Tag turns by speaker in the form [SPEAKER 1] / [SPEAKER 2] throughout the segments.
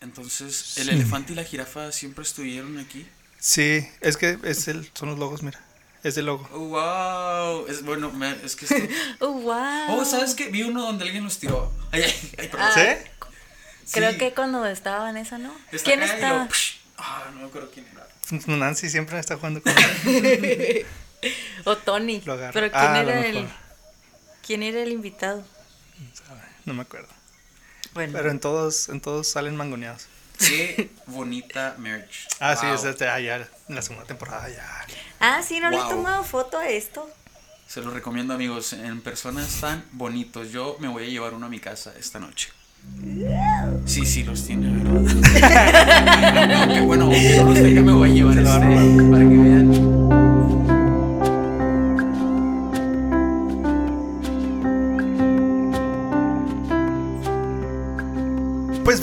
[SPEAKER 1] Entonces, el elefante y la jirafa siempre estuvieron aquí.
[SPEAKER 2] Sí, es que es el, son los logos, mira. Es el logo.
[SPEAKER 1] Oh, wow. Es bueno, me- es que esto-
[SPEAKER 3] Oh, wow.
[SPEAKER 1] Oh, ¿sabes qué? Vi uno donde alguien los tiró. Ay, ay, ay, perdón.
[SPEAKER 3] Ah,
[SPEAKER 2] ¿Sí?
[SPEAKER 3] Creo
[SPEAKER 1] Sí.
[SPEAKER 3] que cuando estaba Vanessa, ¿no?
[SPEAKER 1] Está
[SPEAKER 3] ¿Quién
[SPEAKER 1] acá y
[SPEAKER 3] estaba?
[SPEAKER 1] luego, psh. Ah, no me acuerdo quién era.
[SPEAKER 2] Nancy siempre está jugando con
[SPEAKER 3] O Tony.
[SPEAKER 2] lo agarra.
[SPEAKER 3] Pero ¿quién
[SPEAKER 2] Ah, a lo
[SPEAKER 3] era
[SPEAKER 2] mejor.
[SPEAKER 3] el quién era el invitado?
[SPEAKER 2] Sabe, No me acuerdo.
[SPEAKER 3] Bueno.
[SPEAKER 2] Pero en todos, en todos salen mangoneados.
[SPEAKER 1] Qué bonita merch.
[SPEAKER 2] Ah, sí,
[SPEAKER 1] Wow.
[SPEAKER 2] es este, ah, ya, la segunda temporada ya.
[SPEAKER 3] Ah, sí, no le he
[SPEAKER 1] Wow.
[SPEAKER 3] tomado foto a esto.
[SPEAKER 1] Se los recomiendo, amigos. En persona están bonitos. Yo me voy a llevar uno a mi casa esta noche. Sí, sí, los tiene, ¿verdad? Aunque bueno, aunque no los tenga, me voy a llevar
[SPEAKER 2] Se lo va a
[SPEAKER 1] este para que vean.
[SPEAKER 2] Pues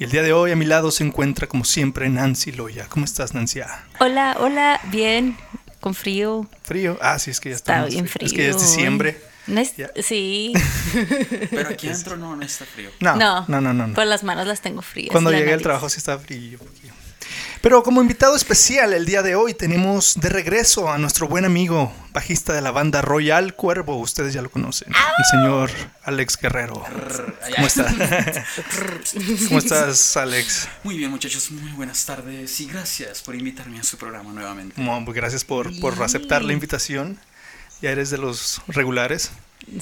[SPEAKER 2] Y el día de hoy a mi lado se encuentra, como siempre, Nancy Loya. ¿Cómo estás, Nancy? Ah,
[SPEAKER 3] Hola, hola, bien, con frío.
[SPEAKER 2] frío. Ah, sí, es que ya
[SPEAKER 3] Está
[SPEAKER 2] estamos-
[SPEAKER 3] bien frío. ¿eh?
[SPEAKER 2] Es que ya es diciembre.
[SPEAKER 3] No es-
[SPEAKER 2] Ya.
[SPEAKER 3] Sí.
[SPEAKER 1] Pero aquí adentro no, no está frío.
[SPEAKER 2] No, no, no, no. no.
[SPEAKER 3] Por las manos las tengo frías.
[SPEAKER 2] Cuando
[SPEAKER 3] la
[SPEAKER 2] llegué al
[SPEAKER 3] nariz.
[SPEAKER 2] trabajo sí estaba frío. poquillo. Pero como invitado especial el día de hoy tenemos de regreso a nuestro buen amigo, bajista de la banda Royal Cuervo. Ustedes ya lo conocen. El señor Alex Guerrero. ¿Cómo estás? ¿Cómo estás, Alex?
[SPEAKER 1] Muy bien, muchachos. Muy buenas tardes y gracias por invitarme a su programa nuevamente.
[SPEAKER 2] Mo- Gracias por, por aceptar la invitación. Ya eres de los regulares.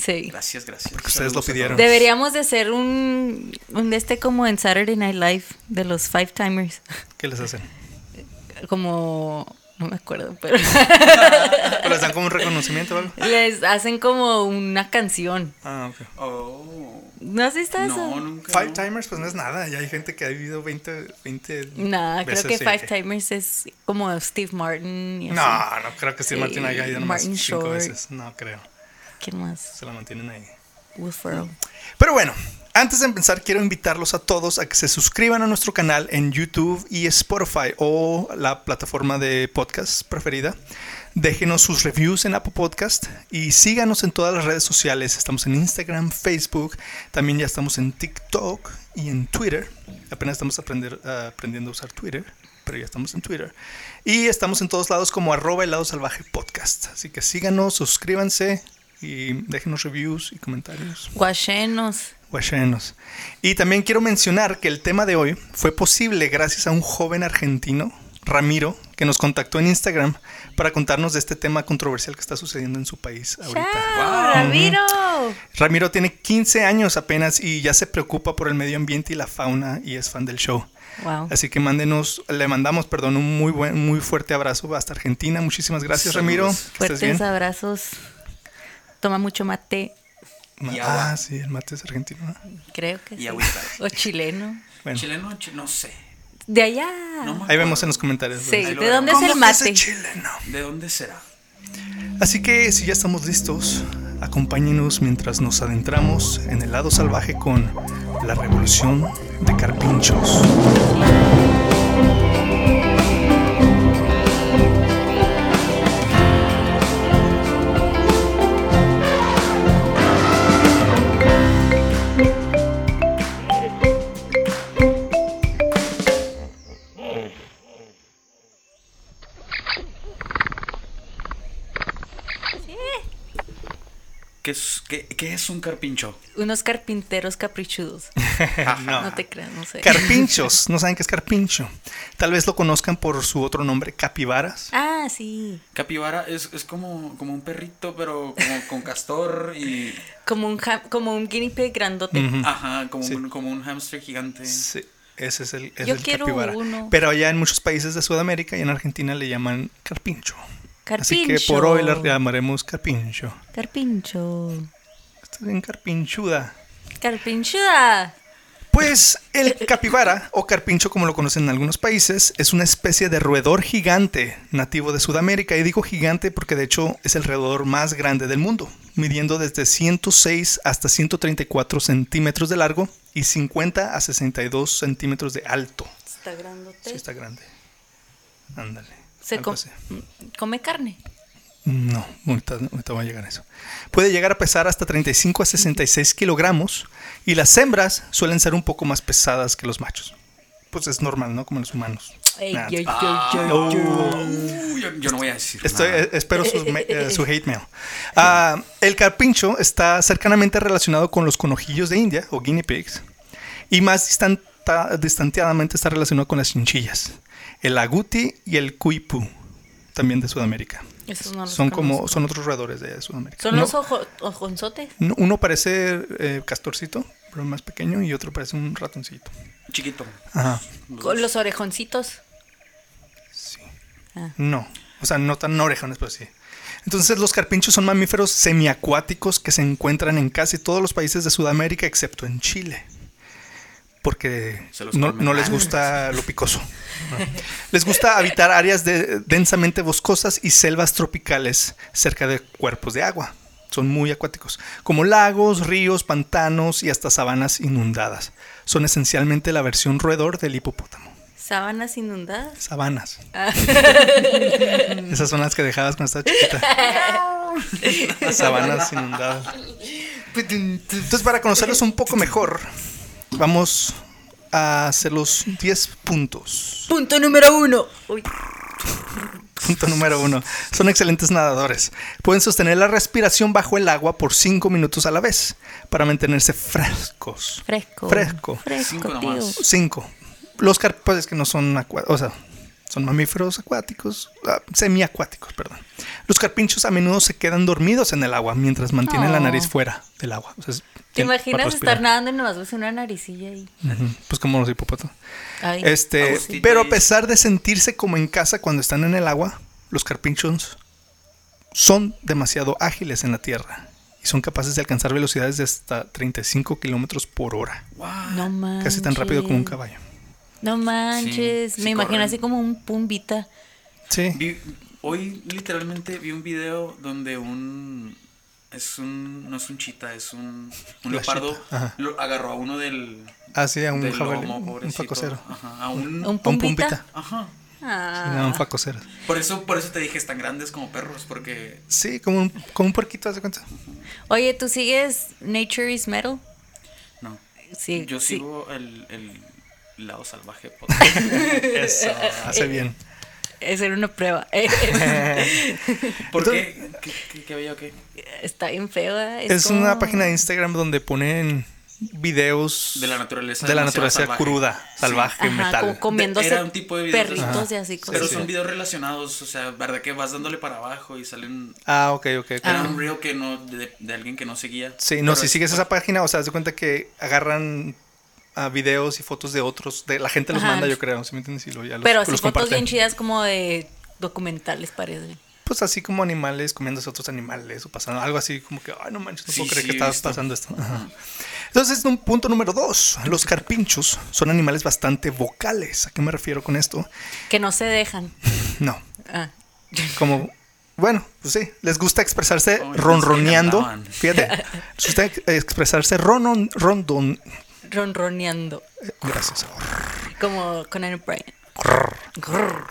[SPEAKER 3] Sí.
[SPEAKER 1] Gracias, gracias.
[SPEAKER 2] Porque ustedes lo
[SPEAKER 1] Saludos a
[SPEAKER 2] pidieron.
[SPEAKER 1] todos.
[SPEAKER 3] Deberíamos de hacer un, un de este como en Saturday Night Live de los Five Timers.
[SPEAKER 2] ¿Qué les hacen?
[SPEAKER 3] Como, no me acuerdo, pero
[SPEAKER 2] ¿O les dan como un reconocimiento o algo?
[SPEAKER 3] les hacen como una canción.
[SPEAKER 2] Ah, ok.
[SPEAKER 1] Oh.
[SPEAKER 3] ¿No has visto eso?
[SPEAKER 1] No, nunca.
[SPEAKER 2] Five
[SPEAKER 1] no.
[SPEAKER 2] timers, pues no es nada. Ya hay gente que ha vivido 20, 20
[SPEAKER 3] Nah, creo
[SPEAKER 2] veces,
[SPEAKER 3] que
[SPEAKER 2] sí,
[SPEAKER 3] Five Timers es como Steve Martin y así.
[SPEAKER 2] No, no creo que Steve
[SPEAKER 3] Sí, Eh,
[SPEAKER 2] Martin haya ido más
[SPEAKER 3] Martin
[SPEAKER 2] cinco
[SPEAKER 3] Short.
[SPEAKER 2] veces. No creo.
[SPEAKER 3] ¿Quién más?
[SPEAKER 2] Se la mantienen ahí.
[SPEAKER 3] Will Ferrell.
[SPEAKER 2] Pero bueno, antes de empezar, quiero invitarlos a todos a que se suscriban a nuestro canal en YouTube y Spotify o la plataforma de podcast preferida. Déjenos sus reviews en Apple Podcast y síganos en todas las redes sociales. Estamos en Instagram, Facebook, también ya estamos en TikTok y en Twitter. Apenas estamos aprender- ah, aprendiendo a usar Twitter, pero ya estamos en Twitter. Y estamos en todos lados como arroba helado salvaje podcast. Así que síganos, suscríbanse y déjenos reviews y comentarios.
[SPEAKER 3] Guachenos.
[SPEAKER 2] Guachenos. Y también quiero mencionar que el tema de hoy fue posible gracias a un joven argentino, Ramiro, que nos contactó en Instagram para contarnos de este tema controversial que está sucediendo en su país ahorita.
[SPEAKER 3] ¡Chao, Ramiro!
[SPEAKER 2] Ramiro tiene 15 años apenas y ya se preocupa por el medio ambiente y la fauna y es fan del show.
[SPEAKER 3] Wow.
[SPEAKER 2] Así que mándenos, le mandamos, perdón, un muy buen, muy fuerte abrazo hasta Argentina. Muchísimas gracias, Ramiro. Que
[SPEAKER 1] Saludos.
[SPEAKER 2] estés
[SPEAKER 3] Fuertes abrazos. Toma mucho mate,
[SPEAKER 1] Y agua.
[SPEAKER 2] Ah, sí, el mate es argentino. ¿no?
[SPEAKER 3] creo que
[SPEAKER 1] Y
[SPEAKER 3] sí.
[SPEAKER 1] agüita.
[SPEAKER 3] O chileno.
[SPEAKER 2] Bueno,
[SPEAKER 1] Chileno, chi- no sé.
[SPEAKER 3] De allá.
[SPEAKER 1] No me
[SPEAKER 2] ahí vemos
[SPEAKER 1] acuerdo.
[SPEAKER 2] en los comentarios.
[SPEAKER 3] Sí,
[SPEAKER 1] Ahí lo
[SPEAKER 3] ¿de dónde es
[SPEAKER 2] ¿Cómo
[SPEAKER 3] el
[SPEAKER 2] que ese
[SPEAKER 3] mate?
[SPEAKER 2] chileno?
[SPEAKER 1] ¿De dónde será?
[SPEAKER 2] Así que si ya estamos listos, acompáñenos mientras nos adentramos en el lado salvaje con la revolución de carpinchos.
[SPEAKER 1] ¿Qué es, qué- qué es un carpincho?
[SPEAKER 3] Unos carpinteros caprichudos.
[SPEAKER 1] Ah.
[SPEAKER 3] No te creas, no sé.
[SPEAKER 2] Carpinchos, no saben qué es carpincho. Tal vez lo conozcan por su otro nombre, capibaras.
[SPEAKER 3] ah, sí.
[SPEAKER 1] Capibara es, es como, como un perrito, pero como con castor y.
[SPEAKER 3] Como un, ja- como un guinea pig grandote.
[SPEAKER 1] Ajá, como, un, como un hamster gigante.
[SPEAKER 2] Mm. Sí, ese es el, es
[SPEAKER 3] Yo
[SPEAKER 2] el
[SPEAKER 3] quiero
[SPEAKER 2] capibara.
[SPEAKER 3] uno.
[SPEAKER 2] Pero allá en muchos países de Sudamérica y en Argentina le llaman carpincho. Así que por
[SPEAKER 3] Carpincho.
[SPEAKER 2] hoy la llamaremos carpincho.
[SPEAKER 3] Carpincho.
[SPEAKER 2] Está bien carpinchuda.
[SPEAKER 3] Carpinchuda.
[SPEAKER 2] Pues el capibara o carpincho, como lo conocen en algunos países, es una especie de roedor gigante nativo de Sudamérica. Y digo gigante porque de hecho es el roedor más grande del mundo, midiendo desde 106 hasta 134 centímetros de largo y 50 a 62 centímetros de alto.
[SPEAKER 3] Está grandote.
[SPEAKER 2] Sí, está grande. Ándale.
[SPEAKER 3] Se
[SPEAKER 2] algo
[SPEAKER 3] com-
[SPEAKER 2] así.
[SPEAKER 3] come carne.
[SPEAKER 2] No, ahorita, ahorita va a llegar a eso. Puede llegar a pesar hasta 35 a 66 kilogramos y las hembras suelen ser un poco más pesadas que los machos. Pues es normal, ¿no? Como los humanos.
[SPEAKER 3] Ey,
[SPEAKER 2] Nah,
[SPEAKER 3] yo, yo,
[SPEAKER 2] no.
[SPEAKER 3] yo, yo.
[SPEAKER 1] Uh, Ah, yo, yo no voy a decir
[SPEAKER 2] Estoy-
[SPEAKER 1] nada.
[SPEAKER 2] eh, espero su, me- eh, su hate mail. Ah, el carpincho está cercanamente relacionado con los conojillos de India o guinea pigs y más distanta- distanteadamente está relacionado con las chinchillas, el aguti y el cuipú, también de Sudamérica.
[SPEAKER 3] Esos no los
[SPEAKER 2] Ah. son como
[SPEAKER 3] conozco.
[SPEAKER 2] son otros roedores de Sudamérica.
[SPEAKER 3] Son
[SPEAKER 2] No-
[SPEAKER 3] los ojo, ojonzotes.
[SPEAKER 2] No, Uno parece eh, castorcito, pero más pequeño, y otro parece un ratoncito.
[SPEAKER 1] Chiquito.
[SPEAKER 2] Ajá.
[SPEAKER 3] Con los orejoncitos.
[SPEAKER 2] Sí.
[SPEAKER 3] Ah.
[SPEAKER 2] No. O sea, no tan orejones, pero sí. Entonces, los carpinchos son mamíferos semiacuáticos que se encuentran en casi todos los países de Sudamérica, excepto en Chile. Porque
[SPEAKER 1] Se los
[SPEAKER 2] no,
[SPEAKER 1] comen.
[SPEAKER 2] no les gusta lo picoso. No. Les gusta habitar áreas de- densamente boscosas y selvas tropicales cerca de cuerpos de agua. Son muy acuáticos, como lagos, ríos, pantanos y hasta sabanas inundadas. Son esencialmente la versión roedor del hipopótamo.
[SPEAKER 3] Sábanas inundadas.
[SPEAKER 2] Sabanas. Esas son las que dejabas cuando estabas chiquita. Las sabanas inundadas. Entonces, para conocerlos un poco mejor, vamos a hacer los 10 puntos.
[SPEAKER 3] Punto número uno. Uy,
[SPEAKER 2] Punto número uno. Son excelentes nadadores. Pueden sostener la respiración bajo el agua por 5 minutos a la vez para mantenerse frescos.
[SPEAKER 3] fresco.
[SPEAKER 2] Fresco.
[SPEAKER 1] Cinco
[SPEAKER 3] Fresco, tío.
[SPEAKER 1] nomás.
[SPEAKER 2] 5. Los carpes que no son acuáticos, o sea, son mamíferos acuáticos, ah, semiacuáticos, perdón. Los carpinchos a menudo se quedan dormidos en el agua mientras mantienen la
[SPEAKER 3] Oh.
[SPEAKER 2] nariz fuera del agua. O sea, es-
[SPEAKER 3] ¿Te
[SPEAKER 2] para
[SPEAKER 3] imaginas
[SPEAKER 2] respirar.
[SPEAKER 3] estar nadando y nomás ves una naricilla ahí?
[SPEAKER 2] Ujú, Pues como los hipopótamos.
[SPEAKER 3] Ay, oh,
[SPEAKER 2] Este,
[SPEAKER 1] Agustito
[SPEAKER 2] pero a
[SPEAKER 1] ahí.
[SPEAKER 2] pesar de sentirse como en casa cuando están en el agua, los carpinchos son demasiado ágiles en la tierra y son capaces de alcanzar velocidades de hasta 35 kilómetros por hora,
[SPEAKER 3] no manches.
[SPEAKER 2] casi tan rápido como un caballo.
[SPEAKER 3] No manches.
[SPEAKER 1] Sí,
[SPEAKER 3] Me
[SPEAKER 1] sí
[SPEAKER 3] imagino
[SPEAKER 1] corren.
[SPEAKER 3] así como un pumbita.
[SPEAKER 2] Sí.
[SPEAKER 1] Vi- hoy literalmente vi un video donde un es un no es un chita, es un, un
[SPEAKER 2] La
[SPEAKER 1] leopardo
[SPEAKER 2] chita, ajá.
[SPEAKER 1] lo agarró a uno del
[SPEAKER 2] Ah, sí, a un
[SPEAKER 1] del
[SPEAKER 2] jabalí,
[SPEAKER 1] lomo,
[SPEAKER 2] un
[SPEAKER 1] pobrecito.
[SPEAKER 2] facocero.
[SPEAKER 1] Ajá, a un,
[SPEAKER 3] Un
[SPEAKER 2] A un
[SPEAKER 3] pumbita.
[SPEAKER 1] ajá.
[SPEAKER 3] Ah.
[SPEAKER 2] No, un facocero.
[SPEAKER 1] Por eso por eso te dije están grandes como perros porque
[SPEAKER 2] Sí, como un, como un puerquito, ¿hace cuenta?
[SPEAKER 3] Oye, ¿tú sigues Nature is Metal?
[SPEAKER 1] no.
[SPEAKER 3] Sí.
[SPEAKER 1] Yo
[SPEAKER 3] sí.
[SPEAKER 1] sigo el, el lado salvaje podcast.
[SPEAKER 2] Eso, hace bien.
[SPEAKER 3] Esa era una prueba.
[SPEAKER 1] ¿Por qué? ¿Qué, qué, qué veía o qué?
[SPEAKER 3] Está bien fea.
[SPEAKER 2] Es
[SPEAKER 3] como-
[SPEAKER 2] una página de Instagram donde ponen videos
[SPEAKER 1] De la naturaleza
[SPEAKER 2] de la
[SPEAKER 1] demasiado
[SPEAKER 2] naturaleza
[SPEAKER 1] salvaje.
[SPEAKER 2] cruda,
[SPEAKER 1] Sí.
[SPEAKER 2] salvaje,
[SPEAKER 3] Ajá,
[SPEAKER 2] metal.
[SPEAKER 3] como comiéndose
[SPEAKER 1] Era un tipo de videos
[SPEAKER 3] perritos
[SPEAKER 1] relacionados.
[SPEAKER 3] y así cosas.
[SPEAKER 1] Pero
[SPEAKER 2] sí.
[SPEAKER 1] son videos relacionados, o sea, verdad que vas dándole para abajo y salen
[SPEAKER 2] Ah, ok, ok. ok.
[SPEAKER 1] Era un reel que no, de, de alguien que no seguía.
[SPEAKER 2] Sí, no,
[SPEAKER 1] Pero
[SPEAKER 2] si
[SPEAKER 1] es-
[SPEAKER 2] sigues esa página, o sea, haz de cuenta que agarran ah, videos y fotos de otros, de la gente los
[SPEAKER 3] Ajá.
[SPEAKER 2] manda, yo creo, ¿sí me entiendes? Y luego ya los,
[SPEAKER 3] Pero así
[SPEAKER 2] los
[SPEAKER 3] fotos
[SPEAKER 2] comparten.
[SPEAKER 3] bien chidas como de documentales parece.
[SPEAKER 2] Pues así como animales comiéndose otros animales o pasando algo así como que, ay, no manches, no
[SPEAKER 1] Sí,
[SPEAKER 2] puedo creer
[SPEAKER 1] sí,
[SPEAKER 2] que
[SPEAKER 1] he
[SPEAKER 2] estás
[SPEAKER 1] visto.
[SPEAKER 2] pasando esto. Ajá. Entonces, un punto número dos, los carpinchos son animales bastante vocales. ¿A qué me refiero con esto?
[SPEAKER 3] Que no se dejan.
[SPEAKER 2] No,
[SPEAKER 3] Ah.
[SPEAKER 2] como, bueno, pues sí, les gusta expresarse
[SPEAKER 1] Ay,
[SPEAKER 2] ronroneando.
[SPEAKER 1] es
[SPEAKER 2] Fíjate, les gusta ex- expresarse ronon, rondon.
[SPEAKER 3] Ronroneando.
[SPEAKER 2] Gracias.
[SPEAKER 3] Como Conan O'Brien.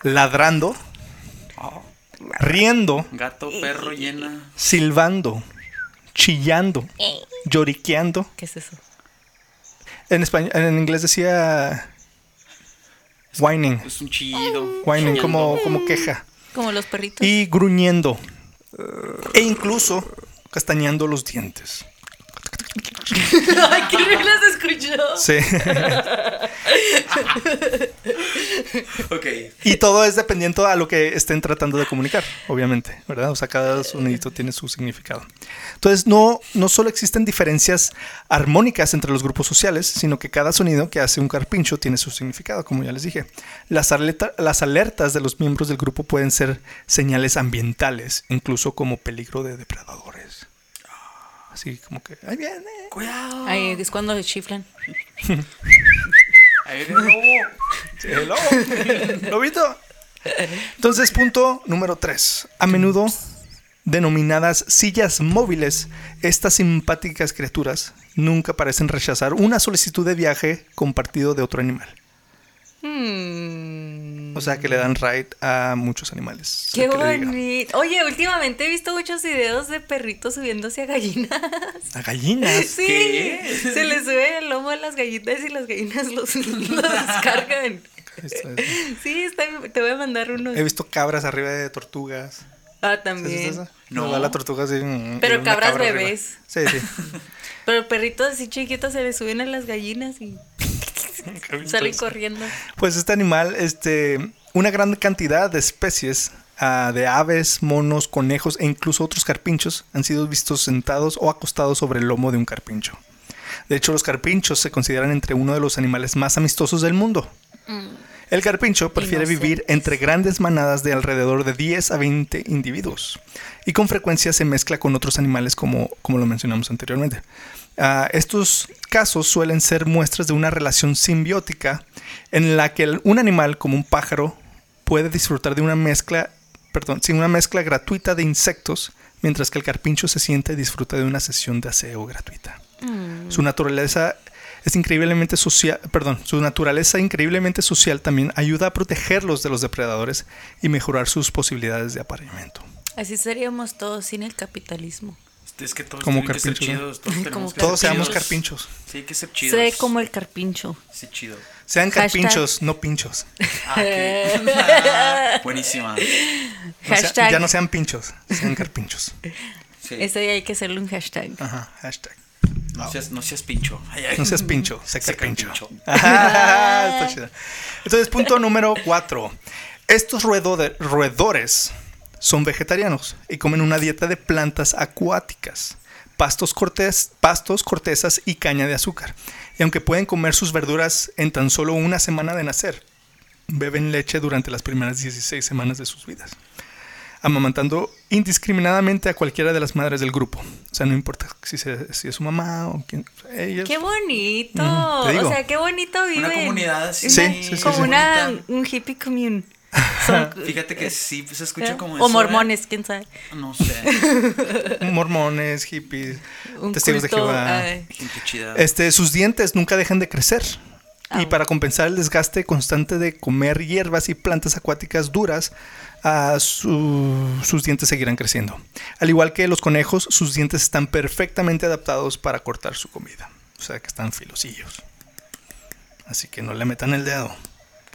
[SPEAKER 2] Ladrando,
[SPEAKER 1] Oh,
[SPEAKER 2] riendo,
[SPEAKER 1] gato,
[SPEAKER 3] Eh,
[SPEAKER 1] perro, llena.
[SPEAKER 2] silbando, chillando, lloriqueando.
[SPEAKER 3] ¿Qué es eso?
[SPEAKER 2] En español, en inglés decía whining,
[SPEAKER 3] eh.
[SPEAKER 1] Es un chillido.
[SPEAKER 2] whining como, como queja
[SPEAKER 3] Como los perritos.
[SPEAKER 2] y gruñendo e incluso castañando los dientes.
[SPEAKER 3] Ay, qué bien las escuchó.
[SPEAKER 2] Sí.
[SPEAKER 1] Ok.
[SPEAKER 2] Y todo es dependiendo a lo que estén tratando de comunicar, obviamente, ¿verdad? O sea, cada sonidito tiene su significado. Entonces, no, no solo existen diferencias armónicas entre los grupos sociales, sino que cada sonido que hace un carpincho tiene su significado, como ya les dije. Las, alerta- las alertas de los miembros del grupo pueden ser señales ambientales, incluso como peligro de depredadores. Así como que, ahí viene.
[SPEAKER 1] Cuidado.
[SPEAKER 3] Ahí es cuando chiflan.
[SPEAKER 1] Ahí viene el lobo.
[SPEAKER 2] El lobo. Lobito. Entonces, punto número 3. A menudo denominadas sillas móviles, estas simpáticas criaturas nunca parecen rechazar una solicitud de viaje compartido de otro animal.
[SPEAKER 3] Hmm.
[SPEAKER 2] O sea que le dan ride a muchos animales.
[SPEAKER 3] Qué
[SPEAKER 2] lo que le diga.
[SPEAKER 3] bonito. Oye, últimamente he visto muchos videos de perritos subiéndose a gallinas.
[SPEAKER 2] A gallinas.
[SPEAKER 3] Sí,
[SPEAKER 1] ¿Qué?
[SPEAKER 3] se les sube el lomo a las gallinas y las gallinas los, los descargan.
[SPEAKER 2] Esto es-
[SPEAKER 3] Sí, está- te voy a mandar uno.
[SPEAKER 2] He visto cabras arriba de tortugas.
[SPEAKER 3] Ah,
[SPEAKER 2] ¿Sí, sí, sí, sí?
[SPEAKER 3] también.
[SPEAKER 1] No.
[SPEAKER 2] Va la tortuga así, mm, y
[SPEAKER 3] Pero
[SPEAKER 2] una
[SPEAKER 3] cabras
[SPEAKER 2] cabra arriba.
[SPEAKER 3] bebés.
[SPEAKER 2] Sí, sí.
[SPEAKER 3] Pero perritos así chiquitos se les suben a las gallinas y salen corriendo.
[SPEAKER 2] Pues este animal, este, una gran cantidad de especies ah, de aves, monos, conejos e incluso otros carpinchos han sido vistos sentados o acostados sobre el lomo de un carpincho. De hecho, los carpinchos se consideran entre uno de los animales más amistosos del mundo.
[SPEAKER 3] Mm,
[SPEAKER 2] El carpincho prefiere vivir entre grandes manadas de alrededor de 10 a 20 individuos y con frecuencia se mezcla con otros animales como, como lo mencionamos anteriormente. Ah, estos casos suelen ser muestras de una relación simbiótica en la que el- un animal como un pájaro puede disfrutar de una mezcla, perdón, sin una mezcla gratuita de insectos, mientras que el carpincho se sienta y disfruta de una sesión de aseo gratuita. Su naturaleza es increíblemente social, perdón, su naturaleza increíblemente social también ayuda a protegerlos de los depredadores y mejorar sus posibilidades de apareamiento.
[SPEAKER 3] Así seríamos todos sin el capitalismo.
[SPEAKER 1] Es que todos
[SPEAKER 2] Como
[SPEAKER 1] tienen que ser
[SPEAKER 2] carpinchos, ¿no?
[SPEAKER 1] chidos. Todos, tenemos
[SPEAKER 3] Como
[SPEAKER 1] que
[SPEAKER 2] Todos
[SPEAKER 1] ser
[SPEAKER 2] seamos
[SPEAKER 1] chidos.
[SPEAKER 2] carpinchos.
[SPEAKER 1] Sí, hay que ser chidos.
[SPEAKER 3] Sé como el carpincho.
[SPEAKER 1] Sí, chido.
[SPEAKER 2] Sean
[SPEAKER 3] Hashtag.
[SPEAKER 2] carpinchos, no pinchos.
[SPEAKER 1] Ah, qué- Ah, Buenísima.
[SPEAKER 2] No sea-
[SPEAKER 3] Hashtag.
[SPEAKER 2] ya no sean pinchos, sean carpinchos.
[SPEAKER 1] Sí.
[SPEAKER 3] Ese día hay que hacerle un hashtag.
[SPEAKER 2] Ajá, hashtag.
[SPEAKER 1] No, seas, no seas pincho. Ay, ay.
[SPEAKER 2] No seas pincho, sé que
[SPEAKER 1] Sé
[SPEAKER 2] pincho.
[SPEAKER 1] carpincho.
[SPEAKER 2] Ah, está chido. Entonces, punto número cuatro. Estos roedo- de- roedores son vegetarianos y comen una dieta de plantas acuáticas, pastos, cortes, pastos, cortezas y caña de azúcar. Y aunque pueden comer sus verduras en tan solo una semana de nacer, beben leche durante las primeras 16 semanas de sus vidas, amamantando indiscriminadamente a cualquiera de las madres del grupo. O sea, no importa si, se- si es su mamá o quién. ellos-
[SPEAKER 3] Qué bonito.
[SPEAKER 2] Ujú, te digo.
[SPEAKER 3] O sea, qué bonito viven.
[SPEAKER 1] Una comunidad así.
[SPEAKER 2] Sí, sí, sí, sí.
[SPEAKER 3] como una,
[SPEAKER 1] bonita.
[SPEAKER 3] un hippie commune. Son-
[SPEAKER 1] Fíjate que sí se escucha como
[SPEAKER 3] o
[SPEAKER 1] eso, ¿eh?
[SPEAKER 3] mormones, quién sabe.
[SPEAKER 1] No sé.
[SPEAKER 2] mormones, hippies,
[SPEAKER 3] Un
[SPEAKER 2] testigos de
[SPEAKER 3] culto,
[SPEAKER 2] Jehová.
[SPEAKER 3] ay.
[SPEAKER 1] Gente chida.
[SPEAKER 2] Este, sus dientes nunca dejan de crecer. Y para compensar el desgaste constante de comer hierbas y plantas acuáticas duras, ah, su- sus dientes seguirán creciendo. Al igual que los conejos, sus dientes están perfectamente adaptados para cortar su comida. O sea que están filosillos. Así que no le metan el dedo,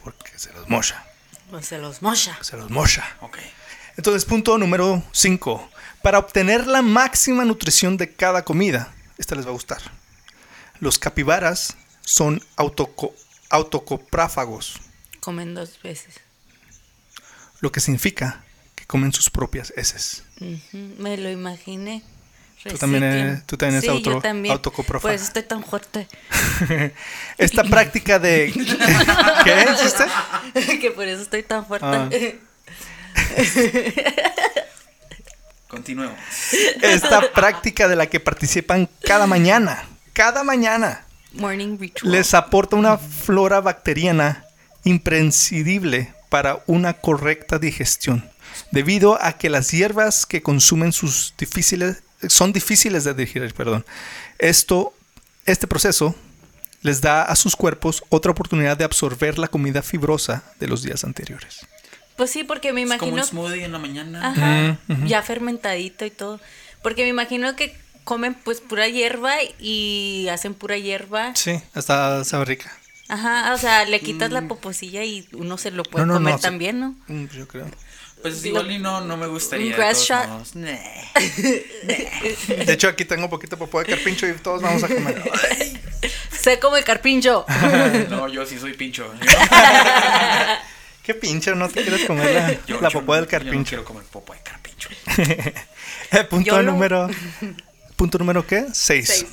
[SPEAKER 2] porque se los mocha.
[SPEAKER 3] Pues se los mocha.
[SPEAKER 2] Se los mocha.
[SPEAKER 1] Ok.
[SPEAKER 2] Entonces, punto número 5. Para obtener la máxima nutrición de cada comida, esta les va a gustar. Los capibaras son autoco- autocopráfagos,
[SPEAKER 3] Comen dos veces.
[SPEAKER 2] lo que significa que comen sus propias heces.
[SPEAKER 3] Ujú, Me lo imaginé.
[SPEAKER 2] Tú también eres-
[SPEAKER 3] Reciclan.
[SPEAKER 2] tú también eres
[SPEAKER 3] sí, yo
[SPEAKER 2] auto-
[SPEAKER 3] también.
[SPEAKER 2] autocóprofa.
[SPEAKER 3] Por eso estoy tan fuerte.
[SPEAKER 2] Esta práctica de... ¿Qué dijiste?
[SPEAKER 3] que por eso estoy tan fuerte.
[SPEAKER 2] Ah.
[SPEAKER 1] Continuemos.
[SPEAKER 2] Esta práctica de la que participan cada mañana. Cada mañana.
[SPEAKER 3] Morning ritual.
[SPEAKER 2] les aporta una flora bacteriana imprescindible para una correcta digestión, debido a que las hierbas que consumen sus difíciles, son difíciles de digerir. Perdón. Esto, este proceso les da a sus cuerpos otra oportunidad de absorber la comida fibrosa de los días anteriores.
[SPEAKER 3] Pues sí, porque me
[SPEAKER 1] Es como
[SPEAKER 3] imagino.
[SPEAKER 1] un smoothie en la mañana.
[SPEAKER 3] Ajá, ya fermentadito y todo. Porque me imagino que comen pues pura hierba y hacen pura hierba.
[SPEAKER 2] Sí, hasta sabe rica.
[SPEAKER 3] Ajá, o sea, le quitas la poposilla y uno se lo puede
[SPEAKER 2] Mm. No, no,
[SPEAKER 3] comer
[SPEAKER 2] no, sí.
[SPEAKER 3] también, ¿no?
[SPEAKER 2] Mm, Yo creo.
[SPEAKER 1] Pues igual y no, no me gustaría.
[SPEAKER 3] Un
[SPEAKER 1] de
[SPEAKER 3] grass
[SPEAKER 1] todos
[SPEAKER 3] shot.
[SPEAKER 1] modos. Nah.
[SPEAKER 2] De hecho, aquí tengo poquito popó de carpincho y todos vamos a comer.
[SPEAKER 3] Sé como el carpincho.
[SPEAKER 1] No, yo sí soy pincho. ¿eh?
[SPEAKER 2] Qué pincho, no te quieres comer la,
[SPEAKER 1] Yo-
[SPEAKER 2] la
[SPEAKER 1] yo-
[SPEAKER 2] popó del
[SPEAKER 1] yo no
[SPEAKER 2] carpincho.
[SPEAKER 1] quiero comer popó de carpincho.
[SPEAKER 2] Eh, punto
[SPEAKER 3] Yolo.
[SPEAKER 2] número. ¿Punto número qué? Seis.
[SPEAKER 3] Seis.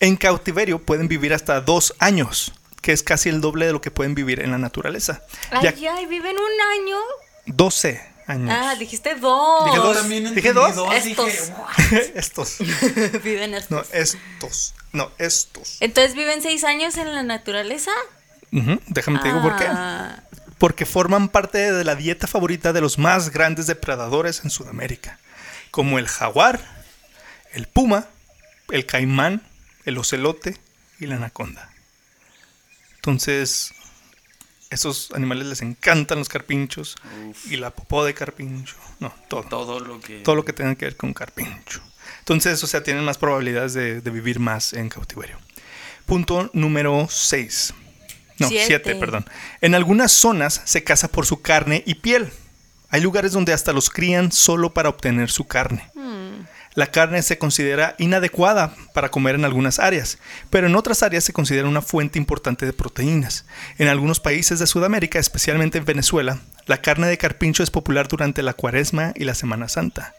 [SPEAKER 2] En cautiverio pueden vivir hasta dos años, que es casi el doble de lo que pueden vivir en la naturaleza.
[SPEAKER 3] Ay,
[SPEAKER 2] Ya
[SPEAKER 3] ay, viven un año.
[SPEAKER 2] 12. años.
[SPEAKER 3] Ah, dijiste dos.
[SPEAKER 2] Dije
[SPEAKER 1] Yo
[SPEAKER 2] dos.
[SPEAKER 1] también
[SPEAKER 2] Dije
[SPEAKER 1] entendí
[SPEAKER 2] dos.
[SPEAKER 1] dije,
[SPEAKER 3] Estos.
[SPEAKER 1] "What?".
[SPEAKER 2] estos.
[SPEAKER 3] Viven hasta.
[SPEAKER 2] No, estos. No, estos.
[SPEAKER 3] Entonces viven seis años en la naturaleza.
[SPEAKER 2] Ujú, Déjame te digo por qué.
[SPEAKER 3] Ah,
[SPEAKER 2] Porque forman parte de la dieta favorita de los más grandes depredadores en Sudamérica, como el jaguar, el puma, el caimán, el ocelote y la anaconda. Entonces, esos animales les encantan los carpinchos y la popó de carpincho. No, todo.
[SPEAKER 1] Todo lo que.
[SPEAKER 2] Todo lo que tenga que ver con carpincho. Entonces, o sea, tienen más probabilidades de, de vivir más en cautiverio. Punto número 6. No,
[SPEAKER 3] Siete.
[SPEAKER 2] 7, perdón. En algunas zonas se caza por su carne y piel. Hay lugares donde hasta los crían solo para obtener su carne. La carne se considera inadecuada para comer en algunas áreas, pero en otras áreas se considera una fuente importante de proteínas. En algunos países de Sudamérica, especialmente en Venezuela, la carne de carpincho es popular durante la Cuaresma y la Semana Santa,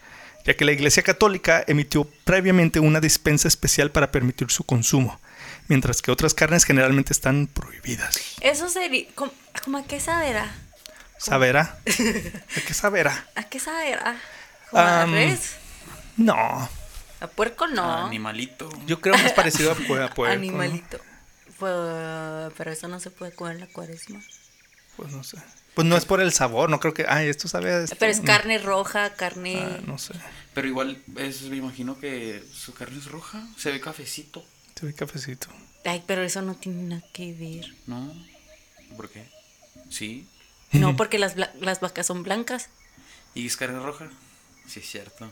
[SPEAKER 2] ya que la Iglesia Católica emitió previamente una dispensa especial para permitir su consumo, mientras que otras carnes generalmente están prohibidas.
[SPEAKER 3] eso sería. ¿Cómo, cómo a qué saberá?
[SPEAKER 2] ¿Saberá? ¿A qué saberá?
[SPEAKER 3] ¿A qué saberá? ¿Cómo a
[SPEAKER 2] Am,
[SPEAKER 3] res?
[SPEAKER 2] No,
[SPEAKER 3] ¿A puerco no?
[SPEAKER 1] Animalito.
[SPEAKER 2] yo creo más parecido a pue- a puerco, ¿no?
[SPEAKER 3] Animalito. Pues, pero eso no se puede comer en la cuaresma.
[SPEAKER 2] Pues no sé. Pues no es por el sabor, no creo que. Ay, esto sabe. a esto.
[SPEAKER 3] Pero es
[SPEAKER 2] No.
[SPEAKER 3] carne roja, carne.
[SPEAKER 2] mm. Ah, no sé.
[SPEAKER 1] Pero igual, es, me imagino que su carne es roja. Se ve cafecito,
[SPEAKER 2] Te doy cafecito.
[SPEAKER 3] Ay, pero eso no tiene nada que ver.
[SPEAKER 1] ¿no? ¿Por qué? Sí.
[SPEAKER 3] No, porque las, bla- las vacas son blancas.
[SPEAKER 1] ¿Y es carne roja? Sí, es cierto.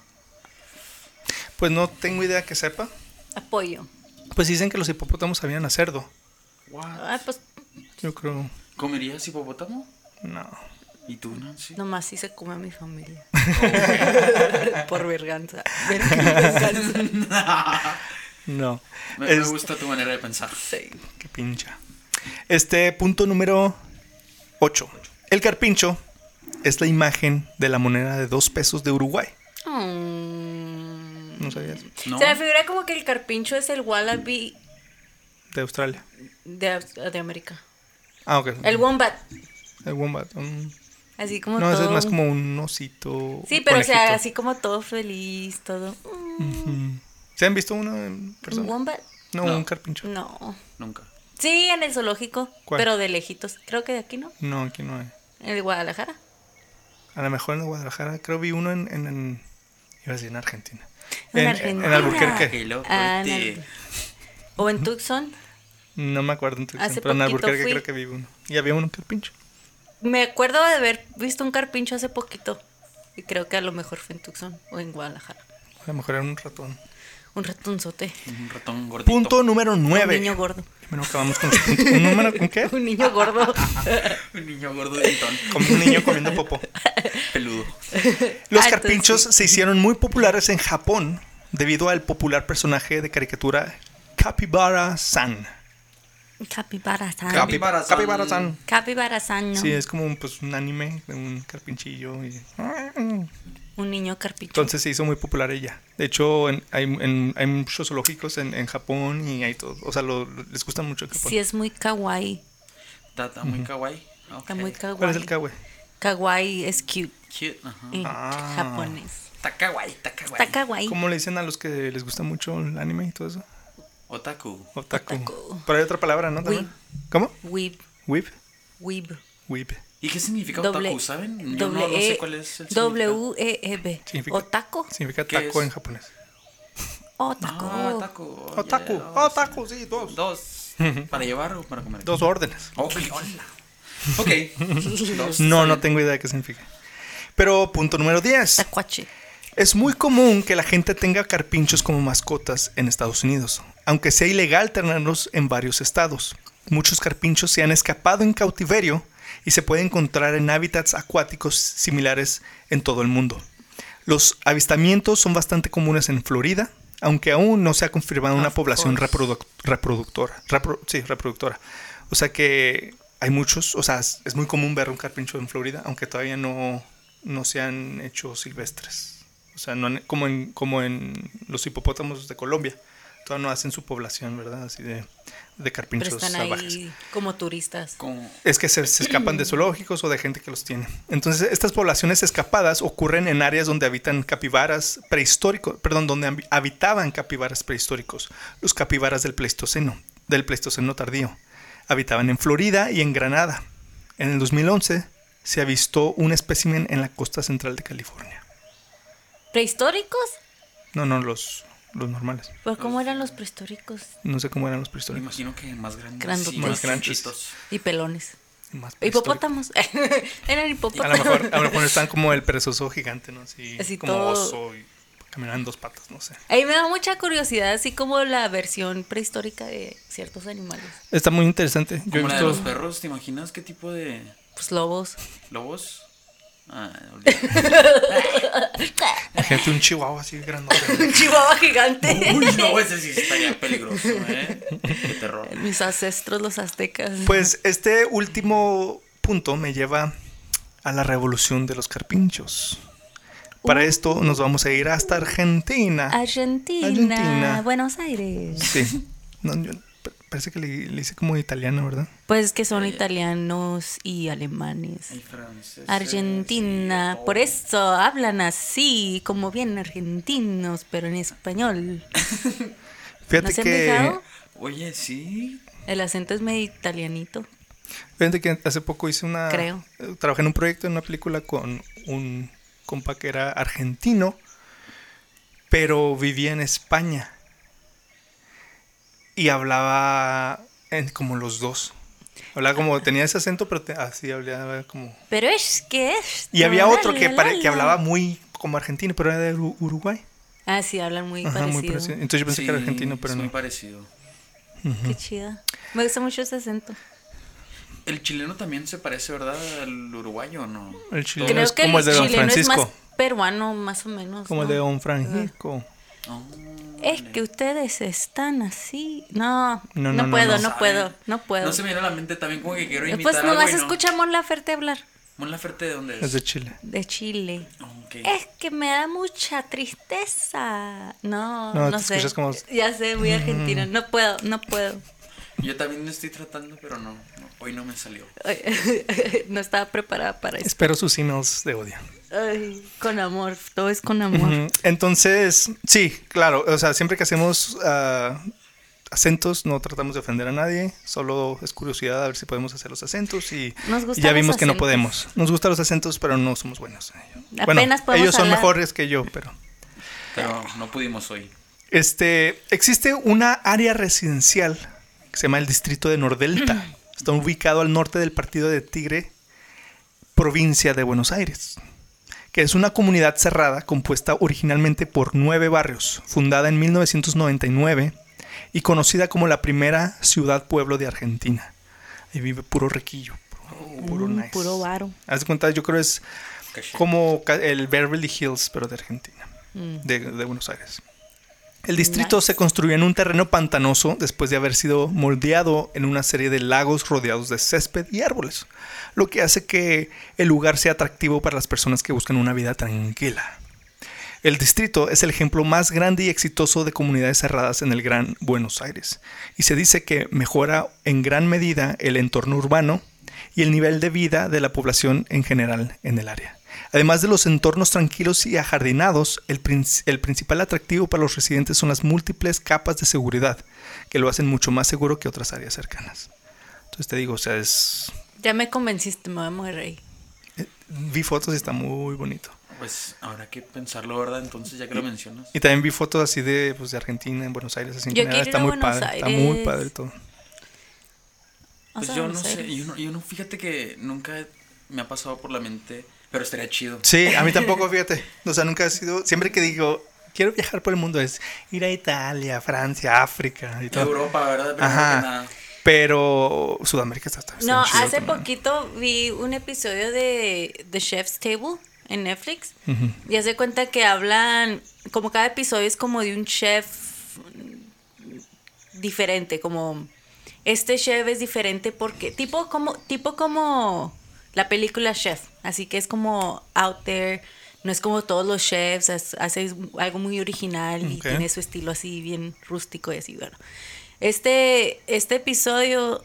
[SPEAKER 2] Pues no tengo idea que sepa.
[SPEAKER 3] Apoyo.
[SPEAKER 2] Pues dicen que los hipopótamos sabían a cerdo.
[SPEAKER 1] What?
[SPEAKER 3] Ah, pues
[SPEAKER 2] Yo creo.
[SPEAKER 1] ¿Comerías hipopótamo?
[SPEAKER 2] No.
[SPEAKER 1] ¿Y tú, Nancy?
[SPEAKER 3] nomás sí se come a mi familia. Por verganza. Verganza.
[SPEAKER 2] No.
[SPEAKER 1] Me, me
[SPEAKER 2] Es-
[SPEAKER 1] gusta tu manera de pensar.
[SPEAKER 3] Sí.
[SPEAKER 2] Qué pincha. Este punto número 8. El carpincho es la imagen de la moneda de dos pesos de Uruguay.
[SPEAKER 3] Mm.
[SPEAKER 2] ¿No sabías?
[SPEAKER 1] ¿No?
[SPEAKER 3] Se me figura como que el carpincho es el wallaby
[SPEAKER 2] De Australia.
[SPEAKER 3] de, Aus- de América.
[SPEAKER 2] Ah, ok.
[SPEAKER 3] El wombat.
[SPEAKER 2] El wombat. mm.
[SPEAKER 3] Así como
[SPEAKER 2] No, ese
[SPEAKER 3] todo.
[SPEAKER 2] es más como un osito.
[SPEAKER 3] Sí, pero o sea,
[SPEAKER 2] conejito.
[SPEAKER 3] así como todo feliz, todo. Mm,
[SPEAKER 2] Ujú. ¿Se han visto uno en
[SPEAKER 3] ¿Un
[SPEAKER 2] persona?
[SPEAKER 3] wombat?
[SPEAKER 2] No,
[SPEAKER 1] No.
[SPEAKER 2] un carpincho.
[SPEAKER 3] No.
[SPEAKER 1] Nunca.
[SPEAKER 3] Sí, en el zoológico,
[SPEAKER 2] ¿Cuál?
[SPEAKER 3] pero de lejitos. Creo que de aquí no.
[SPEAKER 2] No, aquí no hay.
[SPEAKER 3] En el Guadalajara.
[SPEAKER 2] A lo mejor en Guadalajara, creo vi uno en, en, en- iba a decir en Argentina.
[SPEAKER 3] En
[SPEAKER 2] En,
[SPEAKER 3] Argentina.
[SPEAKER 2] en Albuquerque.
[SPEAKER 1] Qué loco,
[SPEAKER 3] Ah, en
[SPEAKER 1] este.
[SPEAKER 3] el- O en Tucson.
[SPEAKER 2] No me acuerdo en Tucson,
[SPEAKER 3] Hace
[SPEAKER 2] pero en
[SPEAKER 3] poquito
[SPEAKER 2] Albuquerque
[SPEAKER 3] fui.
[SPEAKER 2] creo que vi uno. Y había uno carpincho.
[SPEAKER 3] Me acuerdo de haber visto un carpincho hace poquito. Y creo que a lo mejor fue en Tucson o en Guadalajara.
[SPEAKER 2] A lo mejor era un ratón.
[SPEAKER 3] Un ratonzote.
[SPEAKER 1] Un ratón gordito.
[SPEAKER 2] Punto número
[SPEAKER 3] Un
[SPEAKER 2] 9.
[SPEAKER 3] niño gordo.
[SPEAKER 2] Bueno, acabamos con los puntos. ¿Un número con qué?
[SPEAKER 3] Un niño gordo.
[SPEAKER 1] Un niño gordo de tintón,
[SPEAKER 2] Como un niño comiendo popo.
[SPEAKER 1] peludo.
[SPEAKER 2] Los
[SPEAKER 3] Ah, entonces
[SPEAKER 2] carpinchos
[SPEAKER 3] sí.
[SPEAKER 2] se hicieron muy populares en Japón debido al popular personaje de caricatura Capybara-san.
[SPEAKER 3] Capibara-san.
[SPEAKER 1] Capi- Capibara-san.
[SPEAKER 2] Capybara-san.
[SPEAKER 3] Capibara-san, Ah, ¿no?
[SPEAKER 2] Sí, es como un, pues, un anime de un carpinchillo. Y...
[SPEAKER 3] Un niño carpincho.
[SPEAKER 2] Entonces se hizo muy popular ella. De hecho, en- hay, en- hay muchos zoológicos en, en Japón y hay todo. O sea, lo- les gusta mucho el Japón.
[SPEAKER 3] Sí, es muy kawaii.
[SPEAKER 1] Está, está muy kawaii. Okay.
[SPEAKER 3] Está muy kawaii.
[SPEAKER 2] ¿Cuál es el kawaii?
[SPEAKER 3] Kawaii es cute
[SPEAKER 1] Cute, ajá.
[SPEAKER 3] en
[SPEAKER 2] Ah.
[SPEAKER 3] japonés.
[SPEAKER 1] Está kawaii, está kawaii.
[SPEAKER 3] Está kawaii.
[SPEAKER 2] ¿Cómo le dicen a los que les gusta mucho el anime y todo eso?
[SPEAKER 1] Otaku.
[SPEAKER 2] Otaku.
[SPEAKER 3] Otaku.
[SPEAKER 2] Pero hay otra palabra, ¿no? ¿También? ¿Cómo?
[SPEAKER 3] Weeb.
[SPEAKER 2] Whip.
[SPEAKER 3] Weeb.
[SPEAKER 2] Whip.
[SPEAKER 1] ¿Y qué significa
[SPEAKER 3] Doble,
[SPEAKER 1] otaku? ¿Saben? Yo
[SPEAKER 3] doble
[SPEAKER 1] no, no
[SPEAKER 3] E-
[SPEAKER 1] sé cuál es el significado.
[SPEAKER 3] W-E-E-B.
[SPEAKER 2] Significa-
[SPEAKER 3] Otaco.
[SPEAKER 2] Significa
[SPEAKER 1] ¿Qué
[SPEAKER 2] taco
[SPEAKER 1] es?
[SPEAKER 2] en japonés.
[SPEAKER 3] Otaco.
[SPEAKER 1] Ah, otaku. Oye,
[SPEAKER 2] Otaku.
[SPEAKER 1] dos.
[SPEAKER 2] Otaku, sí, dos.
[SPEAKER 1] Dos. ¿Para llevar o para comer?
[SPEAKER 2] Dos órdenes.
[SPEAKER 1] Ok, hola. Ok. Dos,
[SPEAKER 2] No, no
[SPEAKER 1] está
[SPEAKER 2] tengo idea de qué significa. Pero punto número 10.
[SPEAKER 3] Tacuache.
[SPEAKER 2] Es muy común que la gente tenga carpinchos como mascotas en Estados Unidos, aunque sea ilegal tenerlos en varios estados. Muchos carpinchos se han escapado en cautiverio y se puede encontrar en hábitats acuáticos similares en todo el mundo. Los avistamientos son bastante comunes en Florida, aunque aún no se ha confirmado una
[SPEAKER 1] Of
[SPEAKER 2] población
[SPEAKER 1] course.
[SPEAKER 2] reproduc- reproductora. repro- sí, reproductora. O sea que hay muchos, o sea, es es muy común ver un carpincho en Florida, aunque todavía no, no se han hecho silvestres. O sea, no han- como, en, como en los hipopótamos de Colombia. Todavía no hacen su población, ¿verdad? Así de, de
[SPEAKER 3] Pero
[SPEAKER 2] carpinchos
[SPEAKER 3] están
[SPEAKER 2] salvajes.
[SPEAKER 3] ahí como turistas.
[SPEAKER 1] Como
[SPEAKER 2] Es que se, se escapan de zoológicos o de gente que los tiene. Entonces, estas poblaciones escapadas ocurren en áreas donde habitan capibaras prehistóricos, perdón, donde habi- habitaban capibaras prehistóricos, los capibaras del Pleistoceno, del Pleistoceno tardío. Habitaban en Florida y en Granada. En el 2011 se avistó un espécimen en la costa central de California.
[SPEAKER 3] ¿Prehistóricos?
[SPEAKER 2] No, no, los, los normales.
[SPEAKER 3] ¿Pero cómo eran los prehistóricos?
[SPEAKER 2] No sé cómo eran los
[SPEAKER 1] me
[SPEAKER 2] prehistóricos.
[SPEAKER 1] imagino que más grandes.
[SPEAKER 3] Grandotes.
[SPEAKER 1] y
[SPEAKER 3] Más
[SPEAKER 2] grandes.
[SPEAKER 1] chiquitos.
[SPEAKER 3] Y pelones.
[SPEAKER 2] Más prehistóricos.
[SPEAKER 3] Hipopótamos. eran
[SPEAKER 2] A lo
[SPEAKER 3] hipopótamos.
[SPEAKER 2] mejor, a lo mejor están como el perezoso gigante, ¿no? Así,
[SPEAKER 3] Así
[SPEAKER 2] como
[SPEAKER 3] todo-
[SPEAKER 2] oso y caminan en dos patas, no sé.
[SPEAKER 3] Ahí me da mucha curiosidad, así como la versión prehistórica de ciertos animales.
[SPEAKER 2] Está muy interesante. Yo he
[SPEAKER 1] Como la de los
[SPEAKER 2] visto.
[SPEAKER 1] perros, ¿te imaginas qué tipo de
[SPEAKER 3] Pues lobos.
[SPEAKER 1] lobos? Ah, olvídalo.
[SPEAKER 2] Gente, un chihuahua así grandote.
[SPEAKER 3] Un chihuahua gigante.
[SPEAKER 1] Uy, no, ese sí estaría peligroso, ¿eh? Qué terror.
[SPEAKER 3] Mis ancestros, los aztecas.
[SPEAKER 2] Pues este último punto me lleva a la revolución de los carpinchos. Para esto nos vamos a ir hasta Argentina.
[SPEAKER 3] Argentina,
[SPEAKER 2] Argentina.
[SPEAKER 3] Buenos Aires.
[SPEAKER 2] Sí. No, yo- pa- parece que le, le hice como italiano, ¿verdad?
[SPEAKER 3] Pues que
[SPEAKER 2] Eh,
[SPEAKER 3] son italianos y alemanes.
[SPEAKER 1] Hay franceses,
[SPEAKER 3] Argentina,
[SPEAKER 1] sí, de
[SPEAKER 3] por
[SPEAKER 1] todo.
[SPEAKER 3] eso hablan así, como bien argentinos, pero en español. ¿No
[SPEAKER 2] Fíjate
[SPEAKER 3] se han
[SPEAKER 2] que.
[SPEAKER 3] fijado?
[SPEAKER 1] Oye, sí.
[SPEAKER 3] El acento es medio italianito.
[SPEAKER 2] Fíjate que hace poco hice una.
[SPEAKER 3] Creo.
[SPEAKER 2] eh, Trabajé en un proyecto, en una película con un compa que era argentino, pero vivía en España. Y hablaba en- como los dos. Hablaba como, tenía ese acento, pero te- así hablaba como.
[SPEAKER 3] Pero es que es.
[SPEAKER 2] Y había otro que,
[SPEAKER 3] la,
[SPEAKER 2] pare-
[SPEAKER 3] la,
[SPEAKER 2] que
[SPEAKER 3] la.
[SPEAKER 2] hablaba muy como argentino, pero era de Uru- Uruguay.
[SPEAKER 3] Ah, sí, hablan muy
[SPEAKER 2] Ajá,
[SPEAKER 3] parecido.
[SPEAKER 2] muy parecido. Entonces yo pensé
[SPEAKER 1] sí,
[SPEAKER 2] que era argentino, pero
[SPEAKER 1] es
[SPEAKER 2] no.
[SPEAKER 1] muy parecido.
[SPEAKER 3] Qué chida. Me gusta mucho ese acento.
[SPEAKER 1] El chileno también se parece, ¿verdad? Al uruguayo, ¿o ¿no?
[SPEAKER 2] El chileno
[SPEAKER 3] Creo
[SPEAKER 2] es
[SPEAKER 3] que
[SPEAKER 2] como
[SPEAKER 3] el
[SPEAKER 2] el de Don
[SPEAKER 3] chileno
[SPEAKER 2] Francisco.
[SPEAKER 3] es más peruano, más o menos.
[SPEAKER 2] Como el
[SPEAKER 3] ¿no?
[SPEAKER 2] de Don Francisco.
[SPEAKER 1] Oh,
[SPEAKER 3] Es que ustedes están así. No,
[SPEAKER 2] No,
[SPEAKER 3] no,
[SPEAKER 2] no, no,
[SPEAKER 3] puedo,
[SPEAKER 2] no.
[SPEAKER 3] no,
[SPEAKER 1] ¿saben?
[SPEAKER 3] puedo, no puedo.
[SPEAKER 1] No se me viene a la mente también como que quiero imitar
[SPEAKER 3] Pues nomás
[SPEAKER 1] algo y no.
[SPEAKER 3] escucha a Mon Laferte hablar
[SPEAKER 1] Mon Laferte, ¿de dónde es?
[SPEAKER 2] Es de Chile.
[SPEAKER 3] de Chile.
[SPEAKER 1] Oh, ok.
[SPEAKER 3] Es que me da mucha tristeza. No,
[SPEAKER 2] No,
[SPEAKER 3] no,
[SPEAKER 2] te
[SPEAKER 3] sé.
[SPEAKER 2] escuchas como- Mm.
[SPEAKER 3] Ya sé, muy argentino. No puedo, no puedo.
[SPEAKER 1] Yo también estoy tratando, pero no, no, Hoy no me salió.
[SPEAKER 3] Ay, no estaba preparada para eso.
[SPEAKER 2] Espero sus emails de odio.
[SPEAKER 3] Ay, con amor, todo es con amor.
[SPEAKER 2] Ujú. Entonces, sí, claro, o sea, siempre que hacemos ah, acentos no tratamos de ofender a nadie, solo es curiosidad a ver si podemos hacer los acentos y,
[SPEAKER 3] Nos
[SPEAKER 2] y
[SPEAKER 3] gustan
[SPEAKER 2] ya
[SPEAKER 3] los
[SPEAKER 2] vimos que no
[SPEAKER 3] acentos.
[SPEAKER 2] podemos. Nos gustan los acentos, pero no somos buenos. en ello.
[SPEAKER 3] Apenas
[SPEAKER 2] bueno,
[SPEAKER 3] podemos
[SPEAKER 2] ellos son
[SPEAKER 3] hablar.
[SPEAKER 2] mejores que yo, pero
[SPEAKER 1] Pero no pudimos hoy.
[SPEAKER 2] este existe una área residencial que se llama el distrito de Nordelta.
[SPEAKER 3] Mm.
[SPEAKER 2] Está ubicado al norte del partido de Tigre, provincia de Buenos Aires, que es una comunidad cerrada compuesta originalmente por nueve barrios, fundada en 1999 y conocida como la primera ciudad-pueblo de Argentina. Ahí vive puro riquillo, puro, puro
[SPEAKER 3] Mm,
[SPEAKER 2] nice.
[SPEAKER 3] Puro varo.
[SPEAKER 2] Haz de cuenta, yo creo es
[SPEAKER 1] Caché.
[SPEAKER 2] como ca- el Beverly Hills, pero de Argentina,
[SPEAKER 3] Mm.
[SPEAKER 2] de, de Buenos Aires. El distrito
[SPEAKER 3] Nice.
[SPEAKER 2] se construyó en un terreno pantanoso después de haber sido moldeado en una serie de lagos rodeados de césped y árboles, lo que hace que el lugar sea atractivo para las personas que buscan una vida tranquila. El distrito es el ejemplo más grande y exitoso de comunidades cerradas en el Gran Buenos Aires, y se dice que mejora en gran medida el entorno urbano y el nivel de vida de la población en general en el área. Además de los entornos tranquilos y ajardinados, el, princ- el principal atractivo para los residentes son las múltiples capas de seguridad, que lo hacen mucho más seguro que otras áreas cercanas. Entonces te digo, o sea, es...
[SPEAKER 3] Ya me convenciste, me voy a morir ahí.
[SPEAKER 2] eh, Vi fotos y está muy bonito.
[SPEAKER 1] Pues habrá que pensarlo, ¿verdad? Entonces, ya que lo mencionas.
[SPEAKER 2] Y también vi fotos así de, pues, de Argentina, en Buenos Aires, así en
[SPEAKER 3] Yo
[SPEAKER 2] general.
[SPEAKER 3] quiero ir
[SPEAKER 2] Está
[SPEAKER 3] a
[SPEAKER 2] muy
[SPEAKER 3] Buenos
[SPEAKER 2] padre, está muy
[SPEAKER 3] Aires.
[SPEAKER 2] padre todo.
[SPEAKER 3] Vamos
[SPEAKER 1] Pues
[SPEAKER 3] a
[SPEAKER 1] yo no
[SPEAKER 3] Buenos Aires.
[SPEAKER 1] sé, yo no, yo no, fíjate que nunca me ha pasado por la mente, pero estaría chido.
[SPEAKER 2] Sí, a mí tampoco, fíjate. O sea, nunca ha sido. Siempre que digo, quiero viajar por el mundo, es ir a Italia, Francia, África y todo.
[SPEAKER 1] Europa, ¿verdad? Primero que
[SPEAKER 2] Ajá.
[SPEAKER 1] nada.
[SPEAKER 2] Pero Sudamérica está. está
[SPEAKER 3] No,
[SPEAKER 2] chido
[SPEAKER 3] hace
[SPEAKER 2] también.
[SPEAKER 3] poquito vi un episodio de The Chef's Table en Netflix. Y hace cuenta que hablan, como cada episodio es como de un chef mm, diferente, como este chef es diferente porque tipo como tipo como la película Chef, así que es como out there No es como todos los chefs, has- hace algo muy original y
[SPEAKER 2] Ok.
[SPEAKER 3] tiene su estilo así bien rústico y así, bueno. Este, este episodio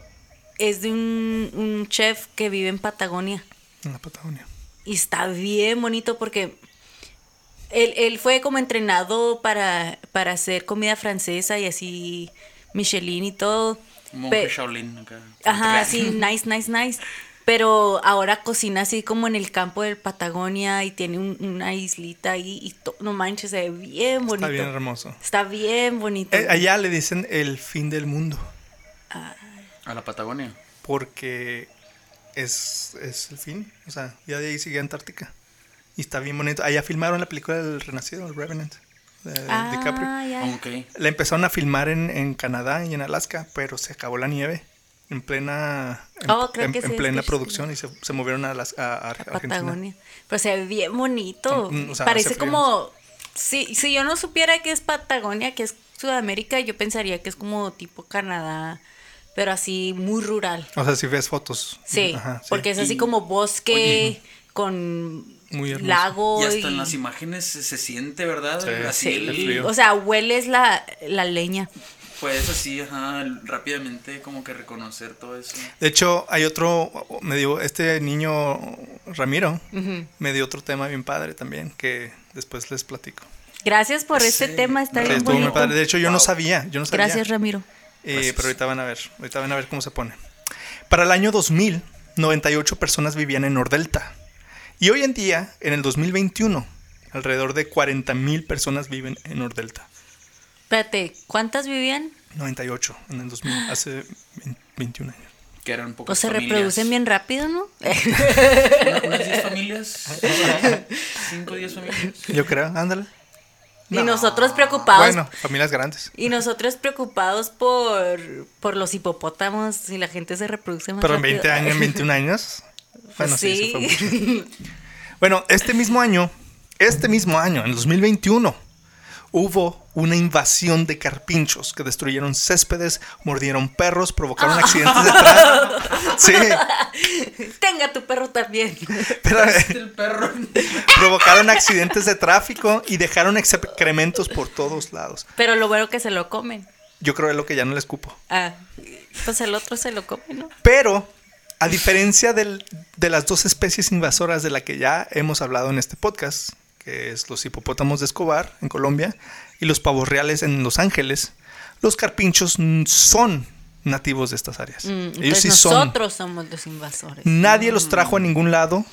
[SPEAKER 3] es de un, un chef que vive en Patagonia.
[SPEAKER 2] En la Patagonia.
[SPEAKER 3] Y está bien bonito porque él, él fue como entrenado para, para hacer comida francesa y así Michelin y todo.
[SPEAKER 1] Monje
[SPEAKER 3] Pe-
[SPEAKER 1] Shaolin acá.
[SPEAKER 3] Ajá, sí, nice, nice, nice. Pero ahora cocina así como en el campo del Patagonia y tiene un- una islita ahí y to- no manches, se ve bien bonito.
[SPEAKER 2] Está bien hermoso.
[SPEAKER 3] Está bien bonito.
[SPEAKER 2] Eh, allá le dicen el fin del mundo
[SPEAKER 1] A la Patagonia.
[SPEAKER 2] porque es, es el fin. O sea, ya de ahí sigue Antártica. Y está bien bonito. Allá filmaron la película del Renacido, el Revenant, de de
[SPEAKER 3] Ah,
[SPEAKER 2] eh, DiCaprio.
[SPEAKER 3] ya.
[SPEAKER 1] Ok.
[SPEAKER 2] La empezaron a filmar en, en Canadá y en Alaska, pero se acabó la nieve en plena, en,
[SPEAKER 3] Oh, creo
[SPEAKER 2] en-
[SPEAKER 3] que sí,
[SPEAKER 2] en
[SPEAKER 3] es
[SPEAKER 2] plena
[SPEAKER 3] que sí.
[SPEAKER 2] producción y se, se movieron a, las, a, a Ar- Argentina.
[SPEAKER 3] Patagonia. Pero se ve bien bonito.
[SPEAKER 2] Mm, mm, o sea,
[SPEAKER 3] Parece
[SPEAKER 2] hace frío.
[SPEAKER 3] como. Si, si yo no supiera que es Patagonia, que es Sudamérica, yo pensaría que es como tipo Canadá, pero así muy rural.
[SPEAKER 2] O sea, si ves fotos.
[SPEAKER 3] Sí,
[SPEAKER 2] Ajá, sí.
[SPEAKER 3] porque es así
[SPEAKER 1] Y-
[SPEAKER 3] como bosque con
[SPEAKER 2] Muy hermoso.
[SPEAKER 1] Y
[SPEAKER 3] lago.
[SPEAKER 1] hasta en las imágenes se, se siente, ¿verdad?
[SPEAKER 2] Sí.
[SPEAKER 1] así
[SPEAKER 3] Sí,
[SPEAKER 1] el-
[SPEAKER 2] el frío.
[SPEAKER 3] o sea, hueles la, la leña.
[SPEAKER 1] Puedes así, ajá, rápidamente como que reconocer todo eso.
[SPEAKER 2] De hecho, hay otro, me dio, este niño Ramiro, me dio otro tema bien padre también, que después les platico.
[SPEAKER 3] Gracias por este
[SPEAKER 1] Sí,
[SPEAKER 3] tema, está
[SPEAKER 1] no,
[SPEAKER 2] Sí,
[SPEAKER 3] bien
[SPEAKER 2] estuvo muy
[SPEAKER 3] bonito.
[SPEAKER 2] padre. De hecho, yo no
[SPEAKER 1] Wow.
[SPEAKER 2] sabía, yo no sabía.
[SPEAKER 3] Gracias, Ramiro.
[SPEAKER 2] Eh,
[SPEAKER 1] Gracias.
[SPEAKER 2] pero ahorita van a ver, ahorita van a ver cómo se pone. Para el año 2000, 98 personas vivían en Nordelta. Y hoy en día, en el 2021, alrededor de 40.000 personas viven en Nordelta.
[SPEAKER 3] Espérate, ¿cuántas vivían?
[SPEAKER 2] 98 en el 2000, hace 20 21 años.
[SPEAKER 1] Que eran pocas
[SPEAKER 3] Pues se
[SPEAKER 1] familias.
[SPEAKER 3] reproducen bien rápido, ¿no?
[SPEAKER 1] Una- Unas 10 familias. 5 o 10 familias.
[SPEAKER 2] Yo creo, ándale.
[SPEAKER 3] Y nosotros preocupados
[SPEAKER 2] Bueno, familias grandes.
[SPEAKER 3] Y nosotros preocupados por, por los hipopótamos y la gente se reproduce más
[SPEAKER 2] Pero en
[SPEAKER 3] rápido.
[SPEAKER 2] 20 años, en 21 años. Bueno, sí, sí
[SPEAKER 3] sí.
[SPEAKER 2] fue mucho. Bueno, este mismo año, este mismo año, en 2021, hubo una invasión de carpinchos que destruyeron céspedes, mordieron perros, provocaron accidentes de tráfico. Sí,
[SPEAKER 3] Tenga tu perro también.
[SPEAKER 2] pero, eh,
[SPEAKER 1] El perro.
[SPEAKER 2] provocaron accidentes de tráfico y dejaron excrementos por todos lados.
[SPEAKER 3] Pero lo bueno que se lo comen.
[SPEAKER 2] Yo creo que es lo que ya no les cupo.
[SPEAKER 3] Ah, pues el otro se lo come, ¿no?
[SPEAKER 2] Pero, a diferencia del- de las dos especies invasoras de la que ya hemos hablado en este podcast, que es los hipopótamos de Escobar en Colombia y los pavos reales en Los Ángeles, los carpinchos n- son nativos de estas áreas.
[SPEAKER 3] Mm,
[SPEAKER 2] Ellos
[SPEAKER 3] Entonces
[SPEAKER 2] sí son.
[SPEAKER 3] nosotros Mm. somos los invasores.
[SPEAKER 2] Nadie los trajo a ningún lado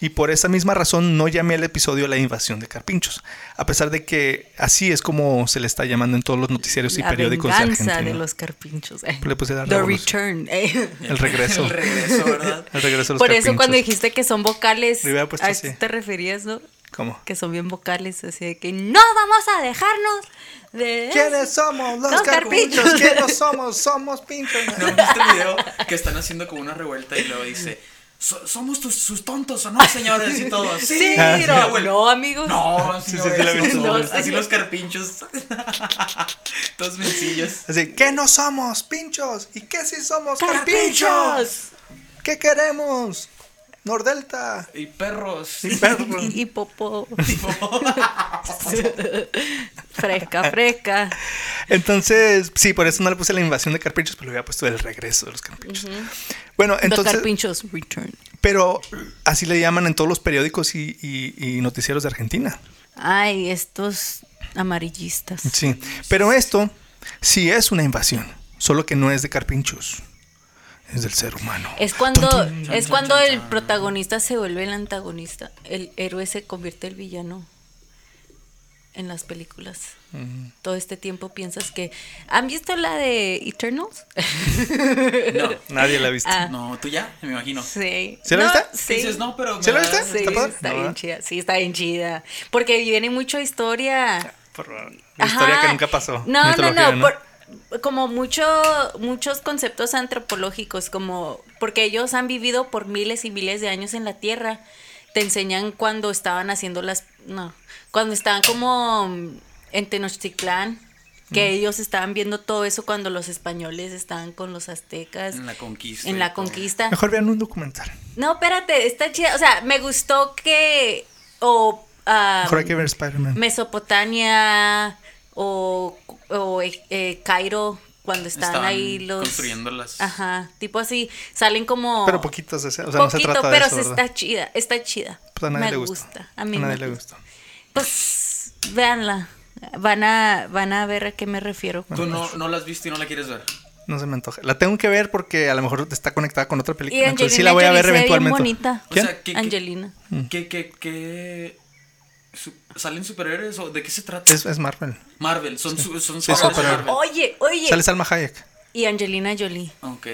[SPEAKER 2] y por esa misma razón no llamé al episodio la invasión de carpinchos, a pesar de que así es como se le está llamando en todos los noticiarios y
[SPEAKER 3] la
[SPEAKER 2] periódicos de
[SPEAKER 3] venganza
[SPEAKER 2] Argentina.
[SPEAKER 3] de los carpinchos. eh.
[SPEAKER 2] Le puse la
[SPEAKER 3] The
[SPEAKER 2] revolución.
[SPEAKER 3] return. eh.
[SPEAKER 2] El regreso.
[SPEAKER 1] El regreso, ¿verdad?
[SPEAKER 2] El regreso de los
[SPEAKER 3] Por eso cuando
[SPEAKER 2] carpinchos.
[SPEAKER 3] dijiste que son vocales,
[SPEAKER 2] Le hubiera puesto
[SPEAKER 3] a eso
[SPEAKER 2] así.
[SPEAKER 3] te referías, ¿no?
[SPEAKER 2] ¿Cómo?
[SPEAKER 3] Que son bien vocales, así de que no vamos a dejarnos de...
[SPEAKER 2] ¿Quiénes somos los,
[SPEAKER 3] Los
[SPEAKER 2] carpinchos?
[SPEAKER 3] carpinchos.
[SPEAKER 2] ¿Quiénes no somos? Somos pinchos.
[SPEAKER 1] ¿No viste el video que están haciendo como una revuelta y luego dice: "So- ¿Somos tus, sus tontos o no, señores? Y todo. Sí,
[SPEAKER 3] Sí,
[SPEAKER 1] Y la
[SPEAKER 2] Ah.
[SPEAKER 3] no,
[SPEAKER 1] abuela,
[SPEAKER 3] no, amigos.
[SPEAKER 1] No,
[SPEAKER 2] sí,
[SPEAKER 1] señores,
[SPEAKER 2] sí, la vi.
[SPEAKER 1] no somos".
[SPEAKER 3] No,
[SPEAKER 1] así
[SPEAKER 3] señor.
[SPEAKER 1] los carpinchos. Todos mencillos.
[SPEAKER 2] Así, ¿qué no somos? Pinchos. ¿Y qué sí somos? Carpinchos.
[SPEAKER 3] ¡Carpinchos!
[SPEAKER 2] ¿Qué queremos? Nordelta.
[SPEAKER 1] Y perros.
[SPEAKER 2] Y perro.
[SPEAKER 3] Y popó. fresca, fresca.
[SPEAKER 2] Entonces, sí, por eso no le puse la invasión de carpinchos, pero le había puesto el regreso de los carpinchos. Bueno,
[SPEAKER 3] Los
[SPEAKER 2] entonces,
[SPEAKER 3] carpinchos return.
[SPEAKER 2] pero así le llaman en todos los periódicos y, y- y noticieros de Argentina.
[SPEAKER 3] Ay, estos amarillistas.
[SPEAKER 2] Sí, pero esto sí es una invasión, solo que no es de carpinchos, es del ser humano.
[SPEAKER 3] Es cuando,
[SPEAKER 2] Tum,
[SPEAKER 3] es cuando el protagonista se vuelve el antagonista. El héroe se convierte el villano en las películas. Todo este tiempo piensas que. ¿Han visto la de Eternals?
[SPEAKER 2] Ah.
[SPEAKER 1] No.
[SPEAKER 2] Nadie la ha visto.
[SPEAKER 3] Ah.
[SPEAKER 1] No, tú ya, me imagino.
[SPEAKER 3] Sí.
[SPEAKER 2] ¿Sí la
[SPEAKER 3] No,
[SPEAKER 2] viste?
[SPEAKER 3] Sí.
[SPEAKER 1] Dices, no, pero. me
[SPEAKER 2] ¿Sí lo
[SPEAKER 1] da-
[SPEAKER 2] viste? ¿Está
[SPEAKER 3] Sí, está,
[SPEAKER 2] padre? No, ¿verdad?
[SPEAKER 3] bien chida. Sí, está bien chida. Porque viene mucha historia.
[SPEAKER 2] Por la historia
[SPEAKER 3] Ajá.
[SPEAKER 2] que nunca pasó.
[SPEAKER 3] No, no,
[SPEAKER 2] Mitología,
[SPEAKER 3] no. por- como mucho, muchos conceptos antropológicos, como porque ellos han vivido por miles y miles de años en la Tierra. Te enseñan cuando estaban haciendo las, no, cuando estaban como mm, en Tenochtitlán, que ellos estaban viendo todo eso cuando los españoles estaban con los aztecas
[SPEAKER 1] En la conquista.
[SPEAKER 3] en
[SPEAKER 1] y
[SPEAKER 3] la
[SPEAKER 1] todo.
[SPEAKER 3] conquista.
[SPEAKER 2] Mejor vean un documental.
[SPEAKER 3] No, espérate, está chida. O sea, me gustó que. O ah,
[SPEAKER 2] Mejor hay que ver Spider-Man.
[SPEAKER 3] Mesopotamia o, o, eh, eh, Cairo cuando están
[SPEAKER 1] Estaban
[SPEAKER 3] ahí los
[SPEAKER 1] construyendo las-
[SPEAKER 3] ajá tipo así salen como
[SPEAKER 2] Pero poquitos de ese- o sea, no se
[SPEAKER 3] poquito,
[SPEAKER 2] trata de
[SPEAKER 3] pero
[SPEAKER 2] eso,
[SPEAKER 3] se
[SPEAKER 2] ¿verdad?
[SPEAKER 3] está chida está chida
[SPEAKER 2] Pues a nadie
[SPEAKER 3] me
[SPEAKER 2] le gusta.
[SPEAKER 3] a mí
[SPEAKER 2] nadie
[SPEAKER 3] me
[SPEAKER 2] le
[SPEAKER 3] gusta.
[SPEAKER 2] gusta.
[SPEAKER 3] pues véanla van a van a ver a qué me refiero
[SPEAKER 1] Tú no, no la has visto y no la quieres ver.
[SPEAKER 2] No se me antoja. La tengo que ver porque a lo mejor está conectada con otra
[SPEAKER 3] y
[SPEAKER 2] película.
[SPEAKER 3] Angelina
[SPEAKER 2] Entonces sí la voy a ver
[SPEAKER 3] Jolie se ve bien
[SPEAKER 2] eventualmente.
[SPEAKER 3] bonita
[SPEAKER 1] O
[SPEAKER 2] ¿Quién?
[SPEAKER 1] sea, ¿qué- qué-
[SPEAKER 3] Angelina
[SPEAKER 2] Mm.
[SPEAKER 1] ¿Qué, qué, qué? su- ¿Salen superhéroes o de qué se trata?
[SPEAKER 2] Es, es Marvel.
[SPEAKER 1] Marvel, son, su- son superhéroes
[SPEAKER 2] Sí,
[SPEAKER 1] de
[SPEAKER 2] superhéroes.
[SPEAKER 1] Marvel.
[SPEAKER 3] oye oye
[SPEAKER 2] Sale Salma Hayek.
[SPEAKER 3] y Angelina Jolie
[SPEAKER 1] Ok,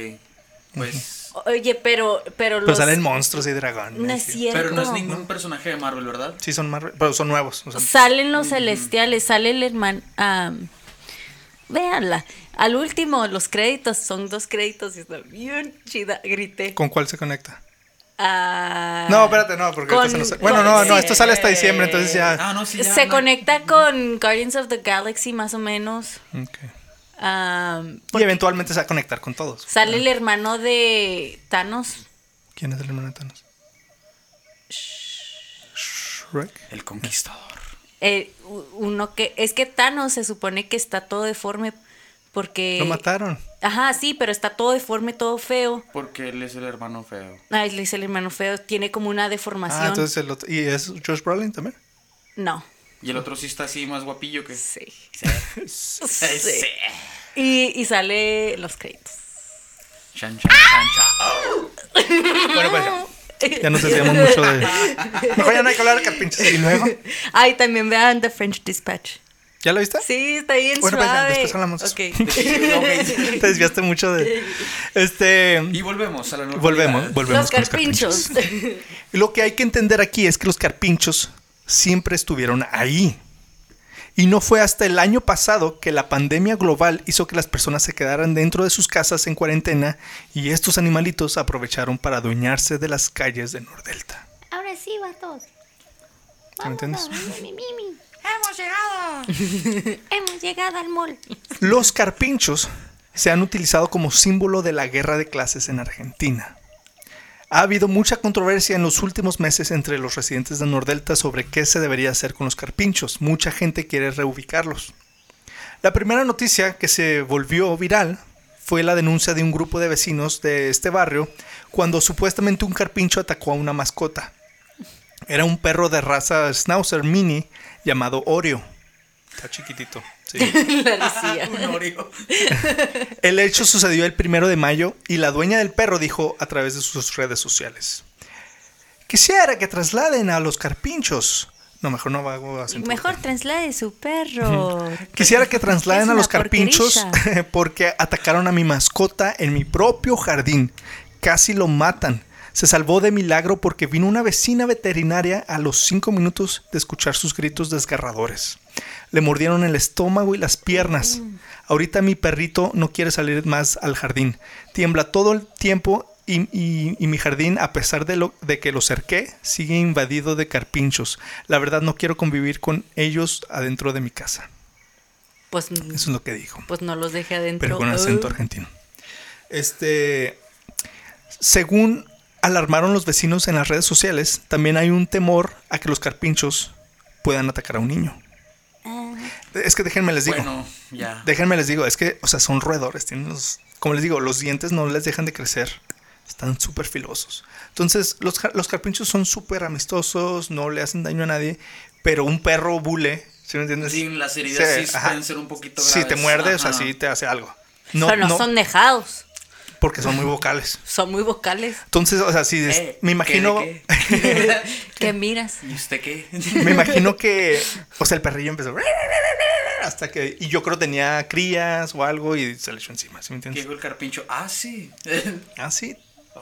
[SPEAKER 1] pues...
[SPEAKER 3] oye pero pero
[SPEAKER 2] Pero
[SPEAKER 3] los
[SPEAKER 2] salen monstruos y dragones.
[SPEAKER 3] no es
[SPEAKER 2] y-
[SPEAKER 3] cierto
[SPEAKER 1] Pero no es ningún personaje de Marvel, ¿verdad?
[SPEAKER 2] Sí, son Marvel. Pero son nuevos. o sea,
[SPEAKER 3] Salen los celestiales, sale el hermano. véanla. Al último, los créditos, son dos créditos y está bien chida. Grité.
[SPEAKER 2] ¿Con cuál se conecta?
[SPEAKER 3] Ah,
[SPEAKER 2] No, espérate, no, porque
[SPEAKER 3] con-
[SPEAKER 2] ahorita se nos- Bueno,
[SPEAKER 3] con-
[SPEAKER 2] no, no, esto sale hasta diciembre, entonces ya.
[SPEAKER 1] Ah, no, sí, ya,
[SPEAKER 3] Se
[SPEAKER 1] no.
[SPEAKER 3] conecta con Guardians of the Galaxy, más o menos.
[SPEAKER 2] Ok.
[SPEAKER 3] Am,
[SPEAKER 2] Y eventualmente se va a conectar con todos.
[SPEAKER 3] sale el hermano de Thanos.
[SPEAKER 2] ¿Quién es el hermano de Thanos? Shrek.
[SPEAKER 1] El Conquistador.
[SPEAKER 3] eh, u- uno que. Es que Thanos se supone que está todo deforme. Porque.
[SPEAKER 2] Lo mataron. Ah,
[SPEAKER 3] Ajá, sí, pero está todo deforme, todo feo.
[SPEAKER 1] Porque él es el hermano feo.
[SPEAKER 3] Ay, le dice el hermano feo, tiene como una deformación.
[SPEAKER 2] Ah, entonces el otro. ¿Y es Josh Brolin también?
[SPEAKER 3] No.
[SPEAKER 1] Y el otro sí está así más guapillo que...
[SPEAKER 3] Sí.
[SPEAKER 1] Sí.
[SPEAKER 3] Sí. Y, y sale los créditos.
[SPEAKER 1] Chan, chan, chan, chan.
[SPEAKER 2] Bueno, pues ya nos desviamos mucho de. Mejor ya no hay que hablar de carpinchos. ¿Y luego?
[SPEAKER 3] Ay, también vean The French Dispatch.
[SPEAKER 2] ¿Ya lo viste?
[SPEAKER 3] Sí, está bien
[SPEAKER 2] Bueno, pues, ya,
[SPEAKER 3] suave.
[SPEAKER 2] después hablamos de
[SPEAKER 3] Ok.
[SPEAKER 1] Ok.
[SPEAKER 2] Te desviaste mucho de. Este.
[SPEAKER 1] Y volvemos a la normalidad.
[SPEAKER 2] Volvemos, volvemos.
[SPEAKER 3] Los
[SPEAKER 2] con los
[SPEAKER 3] carpinchos.
[SPEAKER 2] Y Lo que hay que entender aquí es que los carpinchos siempre estuvieron ahí. Y no fue hasta el año pasado que la pandemia global hizo que las personas se quedaran dentro de sus casas en cuarentena y estos animalitos aprovecharon para adueñarse de las calles de Nordelta.
[SPEAKER 4] Ahora sí, vatos.
[SPEAKER 2] ¿Sí me entiendes?
[SPEAKER 4] Mimi, mimi. Hemos llegado. Hemos llegado al mall.
[SPEAKER 2] Los carpinchos se han utilizado como símbolo de la guerra de clases en Argentina. Ha habido mucha controversia en los últimos meses entre los residentes de Nordelta sobre qué se debería hacer con los carpinchos. Mucha gente quiere reubicarlos. La primera noticia que se volvió viral fue la denuncia de un grupo de vecinos de este barrio cuando supuestamente un carpincho atacó a una mascota. Era un perro de raza Schnauzer mini llamado Oreo. Está chiquitito. Sí.
[SPEAKER 3] La risilla.
[SPEAKER 1] Un Oreo.
[SPEAKER 2] El hecho sucedió el primero de mayo y la dueña del perro dijo a través de sus redes sociales: Quisiera que trasladen a los carpinchos. No, mejor no hago acento.
[SPEAKER 3] Mejor traslade su perro.
[SPEAKER 2] Quisiera que trasladen
[SPEAKER 3] Es
[SPEAKER 2] a
[SPEAKER 3] una
[SPEAKER 2] los carpinchos
[SPEAKER 3] porquerilla.
[SPEAKER 2] porque atacaron a mi mascota en mi propio jardín. Casi lo matan. Se salvó de milagro porque vino una vecina veterinaria a los cinco minutos de escuchar sus gritos desgarradores. Le mordieron el estómago y las piernas. Ahorita mi perrito no quiere salir más al jardín. Tiembla todo el tiempo y, y- y mi jardín, a pesar de, lo, de que lo cerqué, sigue invadido de carpinchos. La verdad no quiero convivir con ellos adentro de mi casa.
[SPEAKER 3] Pues,
[SPEAKER 2] Eso es lo que dijo,
[SPEAKER 3] pues no los deje adentro.
[SPEAKER 2] pero con
[SPEAKER 3] uh.
[SPEAKER 2] acento argentino. Este, según alarmaron los vecinos en las redes sociales, también hay un temor a que los carpinchos puedan atacar a un niño. Es que déjenme les digo,
[SPEAKER 1] Bueno, ya.
[SPEAKER 2] déjenme les digo, es que, o sea, son roedores, tienen los, como les digo, los dientes no les dejan de crecer, están súper filosos. Entonces, los, ja- los carpinchos son súper amistosos, no le hacen daño a nadie, pero un perro bule, ¿sí me entiendes?
[SPEAKER 1] Sí, las heridas sí,
[SPEAKER 2] ajá.
[SPEAKER 1] pueden ser un poquito graves.
[SPEAKER 2] Si te muerdes,
[SPEAKER 1] Ajá.
[SPEAKER 2] así te hace algo.
[SPEAKER 3] No,
[SPEAKER 2] No,
[SPEAKER 3] pero no,
[SPEAKER 2] no,
[SPEAKER 3] son dejados.
[SPEAKER 2] porque son muy vocales.
[SPEAKER 3] Son muy vocales.
[SPEAKER 2] Entonces, o sea, si es-
[SPEAKER 1] Eh,
[SPEAKER 2] me imagino,
[SPEAKER 1] ¿qué de qué?
[SPEAKER 3] ¿Qué miras?
[SPEAKER 1] ¿Y usted qué?
[SPEAKER 2] me imagino que, o sea, el perrillo empezó hasta que y yo creo tenía crías o algo y se le echó encima, ¿sí me
[SPEAKER 1] ¿Qué
[SPEAKER 2] entiendes?
[SPEAKER 1] dijo el carpincho? Ah, sí.
[SPEAKER 2] Ah, sí.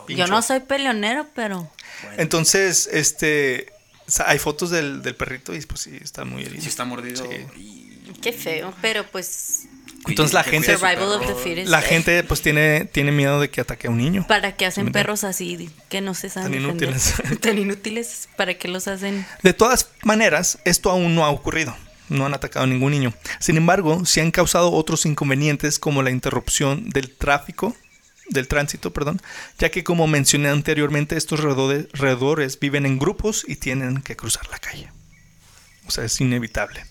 [SPEAKER 3] Yo no soy peleonero, pero.
[SPEAKER 1] Bueno,
[SPEAKER 2] Entonces, este, o sea, hay fotos del, del perrito y pues sí está muy herido.
[SPEAKER 1] si está mordido.
[SPEAKER 2] Sí.
[SPEAKER 1] y-
[SPEAKER 3] Qué feo. Pero pues.
[SPEAKER 2] Entonces la
[SPEAKER 1] que
[SPEAKER 2] gente-
[SPEAKER 1] cuide a su
[SPEAKER 3] Survival of
[SPEAKER 1] perro.
[SPEAKER 3] the fittest.
[SPEAKER 2] La gente pues tiene tiene miedo de que ataque a un niño.
[SPEAKER 3] ¿Para qué hacen
[SPEAKER 2] Mira.
[SPEAKER 3] perros así que no se saben?
[SPEAKER 2] Tan
[SPEAKER 3] defender?
[SPEAKER 2] inútiles.
[SPEAKER 3] Tan inútiles. ¿Para qué los hacen?
[SPEAKER 2] De todas maneras, esto aún no ha ocurrido. No han atacado a ningún niño. Sin embargo, se han causado otros inconvenientes como la interrupción del tráfico, del tránsito, perdón, ya que como mencioné anteriormente, estos roedode- roedores viven en grupos y tienen que cruzar la calle. O sea, es inevitable.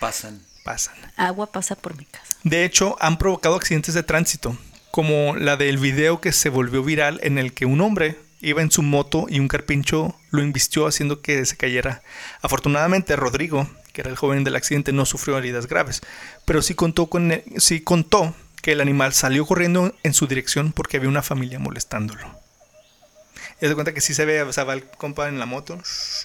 [SPEAKER 1] Pasan.
[SPEAKER 2] Pasan.
[SPEAKER 3] Agua pasa por mi casa.
[SPEAKER 2] De hecho, han provocado accidentes de tránsito, como la del video que se volvió viral en el que un hombre iba en su moto y un carpincho lo invistió haciendo que se cayera. Afortunadamente, Rodrigo, que era el joven del accidente, no sufrió heridas graves, pero sí contó, con el- sí contó que el animal salió corriendo en su dirección porque había una familia molestándolo. Y de cuenta que sí se ve, o sea, va el compa en la moto,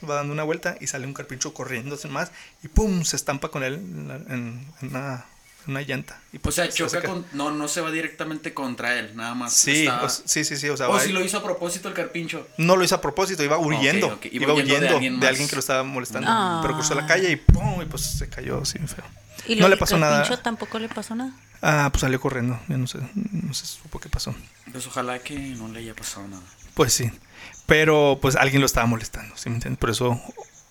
[SPEAKER 2] va dando una vuelta y sale un carpincho corriendo sin más y ¡pum! se estampa con él en, la- en- en una, en una llanta. Y
[SPEAKER 1] O
[SPEAKER 2] pues,
[SPEAKER 1] sea,
[SPEAKER 2] se
[SPEAKER 1] choca
[SPEAKER 2] saca.
[SPEAKER 1] con. No, no se va directamente contra él, nada más.
[SPEAKER 2] Sí,
[SPEAKER 1] está-
[SPEAKER 2] o s- sí, sí, sí, o sea,
[SPEAKER 1] O
[SPEAKER 2] va-
[SPEAKER 1] si lo hizo a propósito el carpincho.
[SPEAKER 2] no lo hizo a propósito, iba huyendo,
[SPEAKER 1] ok,
[SPEAKER 2] iba, huyendo, de alguien,
[SPEAKER 1] más.
[SPEAKER 2] que lo estaba molestando,
[SPEAKER 3] Ah.
[SPEAKER 2] pero cruzó la calle y ¡pum! y pues se cayó así feo.
[SPEAKER 3] Y
[SPEAKER 2] no
[SPEAKER 3] lo
[SPEAKER 2] le
[SPEAKER 3] del
[SPEAKER 2] pasó nada.
[SPEAKER 3] carpincho tampoco le pasó nada.
[SPEAKER 2] Ah, pues salió corriendo, ya no sé, no se supo qué pasó.
[SPEAKER 1] Pues ojalá que no le haya pasado nada.
[SPEAKER 2] Pues sí. Pero pues alguien lo estaba molestando, ¿sí me entiendes? Por eso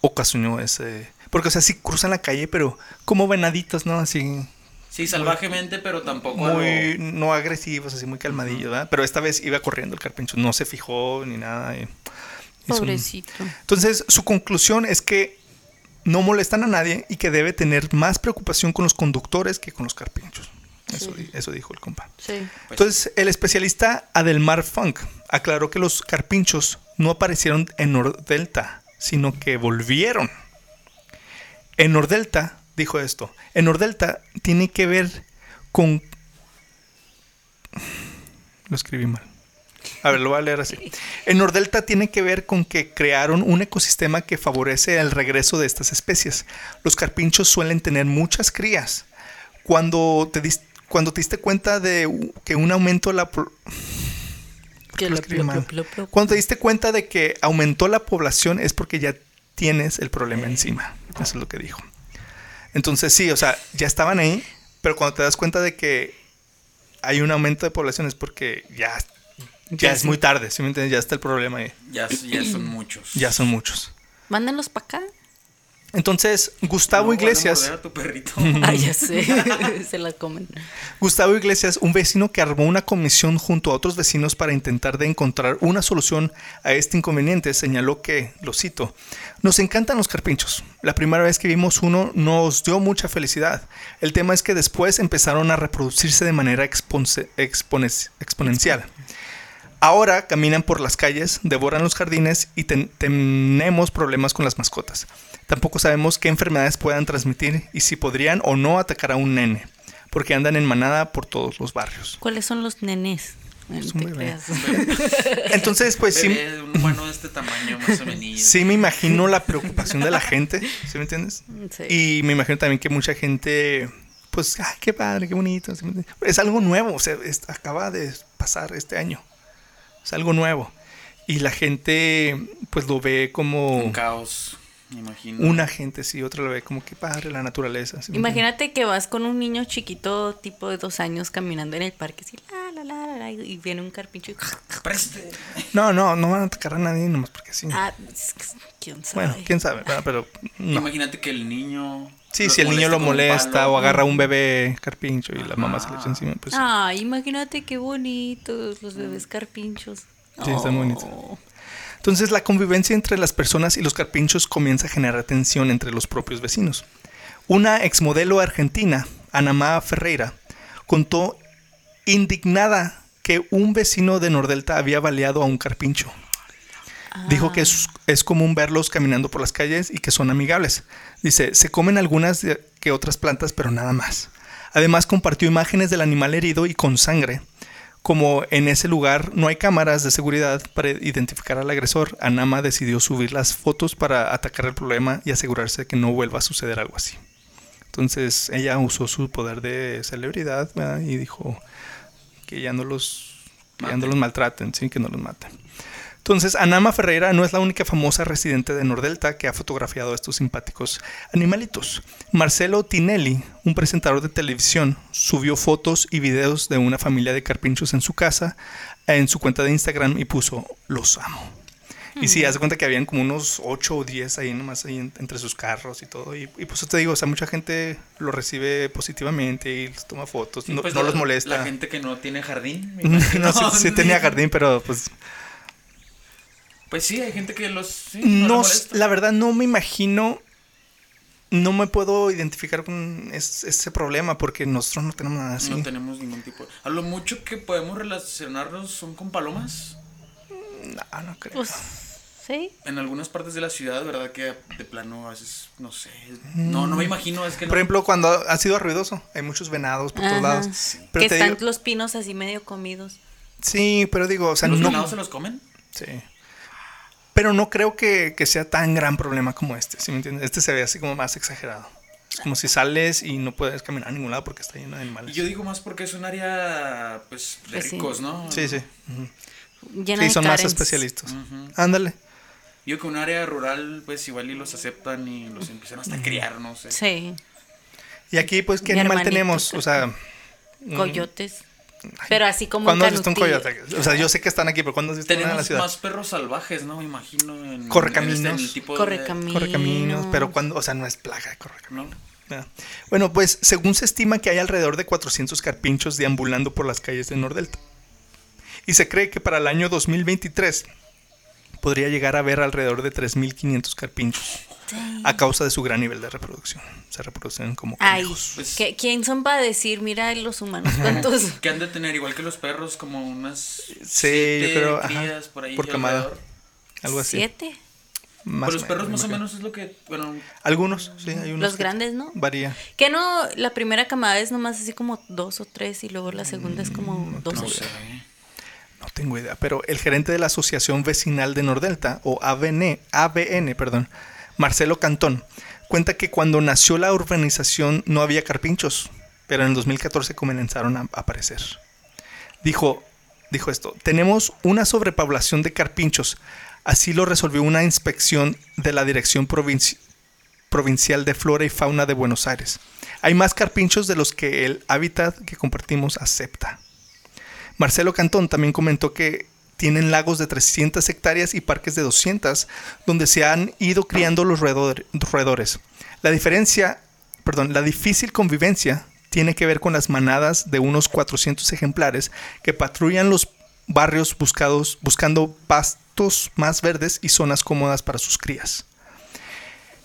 [SPEAKER 2] ocasionó ese. Porque, o sea, sí cruzan la calle, pero como venaditos, ¿no? Así.
[SPEAKER 1] Sí, salvajemente, pero tampoco.
[SPEAKER 2] Muy no agresivos, así muy calmadillos, ¿verdad? Pero esta vez iba corriendo el carpincho, no se fijó ni nada. y- hizo un-
[SPEAKER 3] Pobrecito.
[SPEAKER 2] Entonces, su conclusión es que no molestan a nadie y que debe tener más preocupación con los conductores que con los carpinchos. Eso, di- eso dijo el compa.
[SPEAKER 3] Sí.
[SPEAKER 1] Pues-
[SPEAKER 2] Entonces, el especialista Adelmar Funk aclaró que los carpinchos no aparecieron en Nordelta, sino que volvieron. En Nordelta, dijo esto, en Nordelta tiene que ver con... Lo escribí mal. A ver, lo voy a leer así. En Nordelta tiene que ver con que crearon un ecosistema que favorece el regreso de estas especies. Los carpinchos suelen tener muchas crías, cuando te dis- cuando te diste cuenta de u- que un aumento la po-
[SPEAKER 3] Que
[SPEAKER 2] lo
[SPEAKER 3] lo-
[SPEAKER 2] escribí
[SPEAKER 3] lo-
[SPEAKER 2] mal.
[SPEAKER 3] lo- lo-
[SPEAKER 2] cuando te diste cuenta de que aumentó la población es porque ya tienes el
[SPEAKER 3] Eh.
[SPEAKER 2] problema encima. Eso es lo que dijo. Entonces sí, o sea, ya estaban ahí, pero cuando te das cuenta de que hay un aumento de población es porque ya ya
[SPEAKER 3] Ya
[SPEAKER 2] es
[SPEAKER 3] sí.
[SPEAKER 2] muy tarde, ¿sí me entiendes? Ya está el problema ahí.
[SPEAKER 1] Ya, ya son muchos.
[SPEAKER 2] Ya son muchos.
[SPEAKER 3] Mándenlos para acá.
[SPEAKER 2] Entonces, Gustavo
[SPEAKER 1] No,
[SPEAKER 2] Iglesias
[SPEAKER 1] van a morder a tu perrito.
[SPEAKER 3] Ah, ya sé. Se la comen.
[SPEAKER 2] Gustavo Iglesias, un vecino que armó una comisión junto a otros vecinos para intentar de encontrar una solución a este inconveniente, señaló que, lo cito, nos encantan los carpinchos. La primera vez que vimos uno nos dio mucha felicidad. El tema es que después empezaron a reproducirse de manera exponse- expones- exponencial. Ahora caminan por las calles, devoran los jardines y ten- tenemos problemas con las mascotas. Tampoco sabemos qué enfermedades puedan transmitir y si podrían o no atacar a un nene, porque andan en manada por todos los barrios.
[SPEAKER 3] ¿Cuáles son los nenes? No
[SPEAKER 2] Es un
[SPEAKER 3] te
[SPEAKER 2] bebé.
[SPEAKER 3] creas.
[SPEAKER 2] Entonces, pues sí,
[SPEAKER 1] Bebé, un humano de este tamaño, más o menos.
[SPEAKER 2] sí me imagino la preocupación de la gente, ¿sí me entiendes?
[SPEAKER 3] Sí.
[SPEAKER 2] Y me imagino también que mucha gente, pues, ay, qué padre, qué bonito. ¿sí me entiendes? Es algo nuevo, o sea, es- acaba de pasar este año. Es algo nuevo. Y la gente, pues, lo ve como...
[SPEAKER 1] Un caos, me imagino.
[SPEAKER 2] Una gente sí, otra lo ve como que padre la naturaleza. ¿sí me
[SPEAKER 3] Imagínate que vas con un niño chiquito, tipo de dos años, caminando en el parque, así, la, la, la, la, la, y viene un carpincho y...
[SPEAKER 1] Preste.
[SPEAKER 2] entiendes? No, no, no van a atacar a nadie nomás porque sí.
[SPEAKER 3] Ah, es que- ¿quién sabe?
[SPEAKER 2] bueno, quién sabe, ¿verdad? pero no.
[SPEAKER 1] Imagínate que el niño.
[SPEAKER 2] Sí,
[SPEAKER 1] los
[SPEAKER 2] si el niño lo
[SPEAKER 1] con un
[SPEAKER 2] molesta
[SPEAKER 1] palo.
[SPEAKER 2] o agarra a un bebé carpincho y la mamá se le echa
[SPEAKER 1] Ah.
[SPEAKER 2] encima, pues sí.
[SPEAKER 3] Ah, imagínate qué bonitos los bebés carpinchos.
[SPEAKER 2] Mm. Sí, están
[SPEAKER 3] Oh.
[SPEAKER 2] bonitos. Entonces la convivencia entre las personas y los carpinchos comienza a generar tensión entre los propios vecinos. Una exmodelo argentina, Anamá Ferreira, contó indignada que un vecino de Nordelta había baleado a un carpincho.
[SPEAKER 3] Ah,
[SPEAKER 2] Dijo que es, es común verlos caminando por las calles y que son amigables. Dice, se comen algunas de- que otras plantas, pero nada más. Además compartió imágenes del animal herido y con sangre. Como en ese lugar no hay cámaras de seguridad para identificar al agresor, Anama decidió subir las fotos para atacar el problema y asegurarse de que no vuelva a suceder algo así. Entonces ella usó su poder de celebridad ¿verdad? y dijo que ya no los, que ya no los maltraten, sí, que no los maten. Entonces, Anama Ferreira no es la única famosa residente de Nordelta que ha fotografiado estos simpáticos animalitos. Marcelo Tinelli, un presentador de televisión, subió fotos y videos de una familia de carpinchos en su casa, en su cuenta de Instagram y puso, los amo. Y sí, hace cuenta que habían como unos 8 o 10 ahí nomás ahí en- entre sus carros y todo. Y, y pues te digo, o sea, mucha gente lo recibe positivamente y les toma fotos,
[SPEAKER 1] Sí,
[SPEAKER 2] no,
[SPEAKER 1] pues
[SPEAKER 2] no
[SPEAKER 1] la-
[SPEAKER 2] los molesta.
[SPEAKER 1] La gente que no tiene jardín. me
[SPEAKER 2] no,
[SPEAKER 1] imagino.
[SPEAKER 2] sí- sí tenía jardín, pero pues
[SPEAKER 1] Pues sí, hay gente que los. sí, no
[SPEAKER 2] no,
[SPEAKER 1] les molesta.
[SPEAKER 2] la verdad no me imagino no me puedo identificar con es- ese problema porque nosotros no tenemos nada así.
[SPEAKER 1] No tenemos ningún tipo. de- A lo mucho que podemos relacionarnos son con palomas.
[SPEAKER 2] No, Ah, no creo.
[SPEAKER 3] Pues, sí.
[SPEAKER 1] En algunas partes de la ciudad, ¿verdad? Que de plano a veces, no sé.
[SPEAKER 2] Mm.
[SPEAKER 1] No, no me imagino, es que no.
[SPEAKER 2] Por ejemplo, cuando ha sido ruidoso, hay muchos venados por todos
[SPEAKER 3] Ajá.
[SPEAKER 2] lados. Pero
[SPEAKER 3] que
[SPEAKER 2] te
[SPEAKER 3] están
[SPEAKER 2] digo-
[SPEAKER 3] los pinos así medio comidos.
[SPEAKER 2] sí, pero digo, o sea,
[SPEAKER 1] ¿Los
[SPEAKER 2] no.
[SPEAKER 1] venados se los comen?
[SPEAKER 2] Sí. Pero no creo que, que sea tan gran problema como este, ¿sí me entiendes? Este se ve así como más exagerado. Es como si sales y no puedes caminar a ningún lado porque está lleno de
[SPEAKER 1] Y
[SPEAKER 2] animales.
[SPEAKER 1] yo digo más porque es un área, pues, de
[SPEAKER 3] Pues sí.
[SPEAKER 1] ricos, ¿no?
[SPEAKER 2] Sí, sí. Ujú.
[SPEAKER 3] Llena
[SPEAKER 2] Sí,
[SPEAKER 3] de
[SPEAKER 2] son más
[SPEAKER 3] Karens.
[SPEAKER 2] especialistas. Ándale.
[SPEAKER 1] Yo que un área rural, pues, igual y los aceptan y los empiezan
[SPEAKER 2] Mm.
[SPEAKER 1] hasta a criar, no sé.
[SPEAKER 3] Sí,
[SPEAKER 2] Y aquí, pues, ¿qué
[SPEAKER 3] Mi
[SPEAKER 2] animal
[SPEAKER 3] hermanito.
[SPEAKER 2] tenemos? O sea, Mm.
[SPEAKER 3] coyotes. Pero así como
[SPEAKER 2] ¿cuándo
[SPEAKER 3] un
[SPEAKER 2] has visto un
[SPEAKER 3] canutillo.
[SPEAKER 2] coyote? O sea, yo sé que están aquí, pero ¿cuándo has visto una en la
[SPEAKER 1] Tenemos
[SPEAKER 2] ciudad?
[SPEAKER 1] más perros salvajes, ¿no? Me imagino. En,
[SPEAKER 2] Correcaminos.
[SPEAKER 1] en este- en el tipo de-
[SPEAKER 3] Correcaminos.
[SPEAKER 2] Correcaminos, pero cuando, o sea, no es plaga de correcaminos.
[SPEAKER 1] ¿no?
[SPEAKER 2] Ah. Bueno, pues según se estima que hay alrededor de 400 carpinchos deambulando por las calles de Nordelta. Y se cree que para el año 2023 podría llegar a haber alrededor de 3.500 carpinchos a causa de su gran nivel de reproducción. Se reproducen como
[SPEAKER 3] Ay,
[SPEAKER 2] conejos.
[SPEAKER 1] Pues-
[SPEAKER 3] ¿qué- ¿quién son para decir, mira los humanos, cuántos?
[SPEAKER 1] Que han de tener, igual que los perros, como unas. Sí,
[SPEAKER 2] yo creo, ajá,
[SPEAKER 1] por ahí.
[SPEAKER 2] por camada.
[SPEAKER 1] alrededor.
[SPEAKER 2] Algo así.
[SPEAKER 3] Siete.
[SPEAKER 2] Más
[SPEAKER 1] Pero los
[SPEAKER 2] o menos,
[SPEAKER 1] perros,
[SPEAKER 2] me
[SPEAKER 1] más o
[SPEAKER 2] imagino.
[SPEAKER 1] menos, es lo que. Bueno,
[SPEAKER 2] Algunos, sí, hay unos.
[SPEAKER 3] Los
[SPEAKER 2] que
[SPEAKER 3] grandes, ¿no?
[SPEAKER 2] Varía.
[SPEAKER 3] Que no, la primera camada es nomás así como dos o tres y luego la segunda es
[SPEAKER 2] Mm,
[SPEAKER 3] como dos
[SPEAKER 1] no
[SPEAKER 3] o
[SPEAKER 1] sé.
[SPEAKER 3] tres.
[SPEAKER 2] No tengo idea, pero el gerente de la Asociación Vecinal de Nordelta, o ABN, ABN, perdón, Marcelo Cantón, cuenta que cuando nació la urbanización no había carpinchos, pero en el 2014 comenzaron a aparecer. Dijo, dijo esto, tenemos una sobrepoblación de carpinchos, así lo resolvió una inspección de la Dirección Provinci- Provincial de Flora y Fauna de Buenos Aires. Hay más carpinchos de los que el hábitat que compartimos acepta. Marcelo Cantón también comentó que tienen lagos de 300 hectáreas y parques de 200 donde se han ido criando los roedor- roedores. La diferencia, perdón, la difícil convivencia tiene que ver con las manadas de unos 400 ejemplares que patrullan los barrios buscados buscando pastos más verdes y zonas cómodas para sus crías.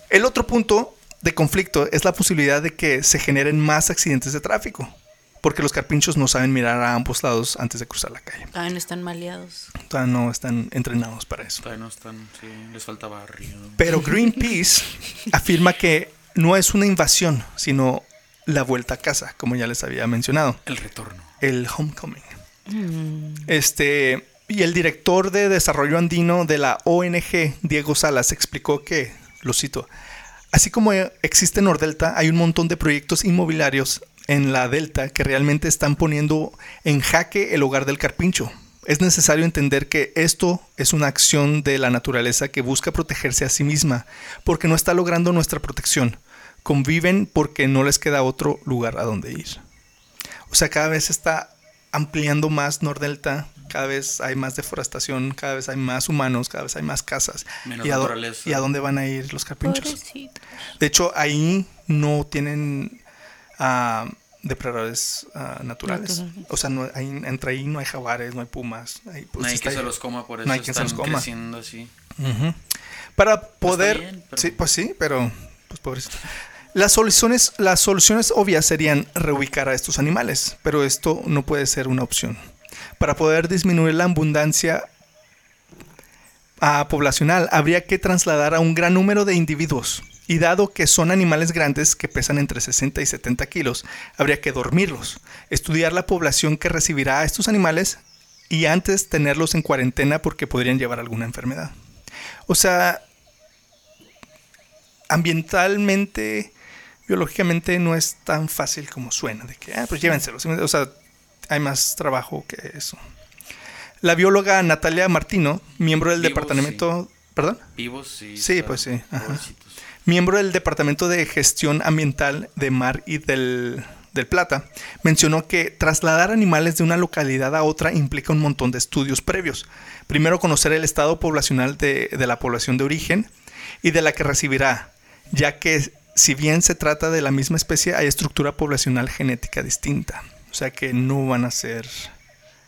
[SPEAKER 2] El otro punto de conflicto es la posibilidad de que se generen más accidentes de tráfico, porque los carpinchos no saben mirar a ambos lados antes de cruzar la calle.
[SPEAKER 3] Ah, no están maleados.
[SPEAKER 2] Todavía no están entrenados para eso.
[SPEAKER 1] Todavía no están, sí, les falta barrio.
[SPEAKER 2] Pero Greenpeace afirma que no es una invasión, sino la vuelta a casa, como ya les había mencionado.
[SPEAKER 1] El retorno.
[SPEAKER 2] el Homecoming. Este, y el director de desarrollo andino de la ONG, Diego Salas, explicó que, lo cito, así como existe en Nordelta, hay un montón de proyectos inmobiliarios en la Delta que realmente están poniendo en jaque el hogar del carpincho. Es necesario entender que esto es una acción de la naturaleza que busca protegerse a sí misma, porque no está logrando nuestra protección. Conviven porque no les queda otro lugar a donde ir. O sea, cada vez se está ampliando más Nordelta, cada vez hay más deforestación, cada vez hay más humanos, cada vez hay más casas.
[SPEAKER 1] Menos
[SPEAKER 2] ¿Y a, dó-
[SPEAKER 1] naturaleza.
[SPEAKER 2] ¿Y a dónde van a ir los carpinchos?
[SPEAKER 3] Pobrecito.
[SPEAKER 2] De hecho, ahí no tienen ah, depredadores ah, naturales.
[SPEAKER 3] Naturales.
[SPEAKER 2] O sea, no, ahí- entre ahí no hay jaguares, no hay pumas. ahí, pues,
[SPEAKER 1] no hay
[SPEAKER 2] está
[SPEAKER 1] que se
[SPEAKER 2] ahí.
[SPEAKER 1] los coma, por eso
[SPEAKER 2] No hay quien
[SPEAKER 1] están
[SPEAKER 2] se los coma.
[SPEAKER 1] creciendo así.
[SPEAKER 2] Ujú. Para poder...
[SPEAKER 1] bien, pero-
[SPEAKER 2] Sí, pues sí, pero... Pues pobrecito. Las soluciones, las soluciones obvias serían reubicar a estos animales, pero esto no puede ser una opción. Para poder disminuir la abundancia ah, poblacional, habría que trasladar a un gran número de individuos. Y dado que son animales grandes que pesan entre 60 y 70 kilos, habría que dormirlos, estudiar la población que recibirá a estos animales y antes tenerlos en cuarentena porque podrían llevar alguna enfermedad. O sea, ambientalmente, biológicamente no es tan fácil como suena, de que, ah, pues llévenselos. O sea, hay más trabajo que eso. La bióloga Natalia Martino, miembro del
[SPEAKER 1] Vivo,
[SPEAKER 2] departamento, perdón,
[SPEAKER 1] Vivos, sí.
[SPEAKER 2] Sí,
[SPEAKER 1] están
[SPEAKER 2] pues sí, ajá.
[SPEAKER 1] pobrecitos.
[SPEAKER 2] miembro del departamento de gestión ambiental de mar y del, del Plata, mencionó que trasladar animales de una localidad a otra implica un montón de estudios previos. Primero conocer el estado poblacional de, de la población de origen y de la que recibirá, ya que si bien se trata de la misma especie, hay estructura poblacional genética distinta. O sea que no van a ser...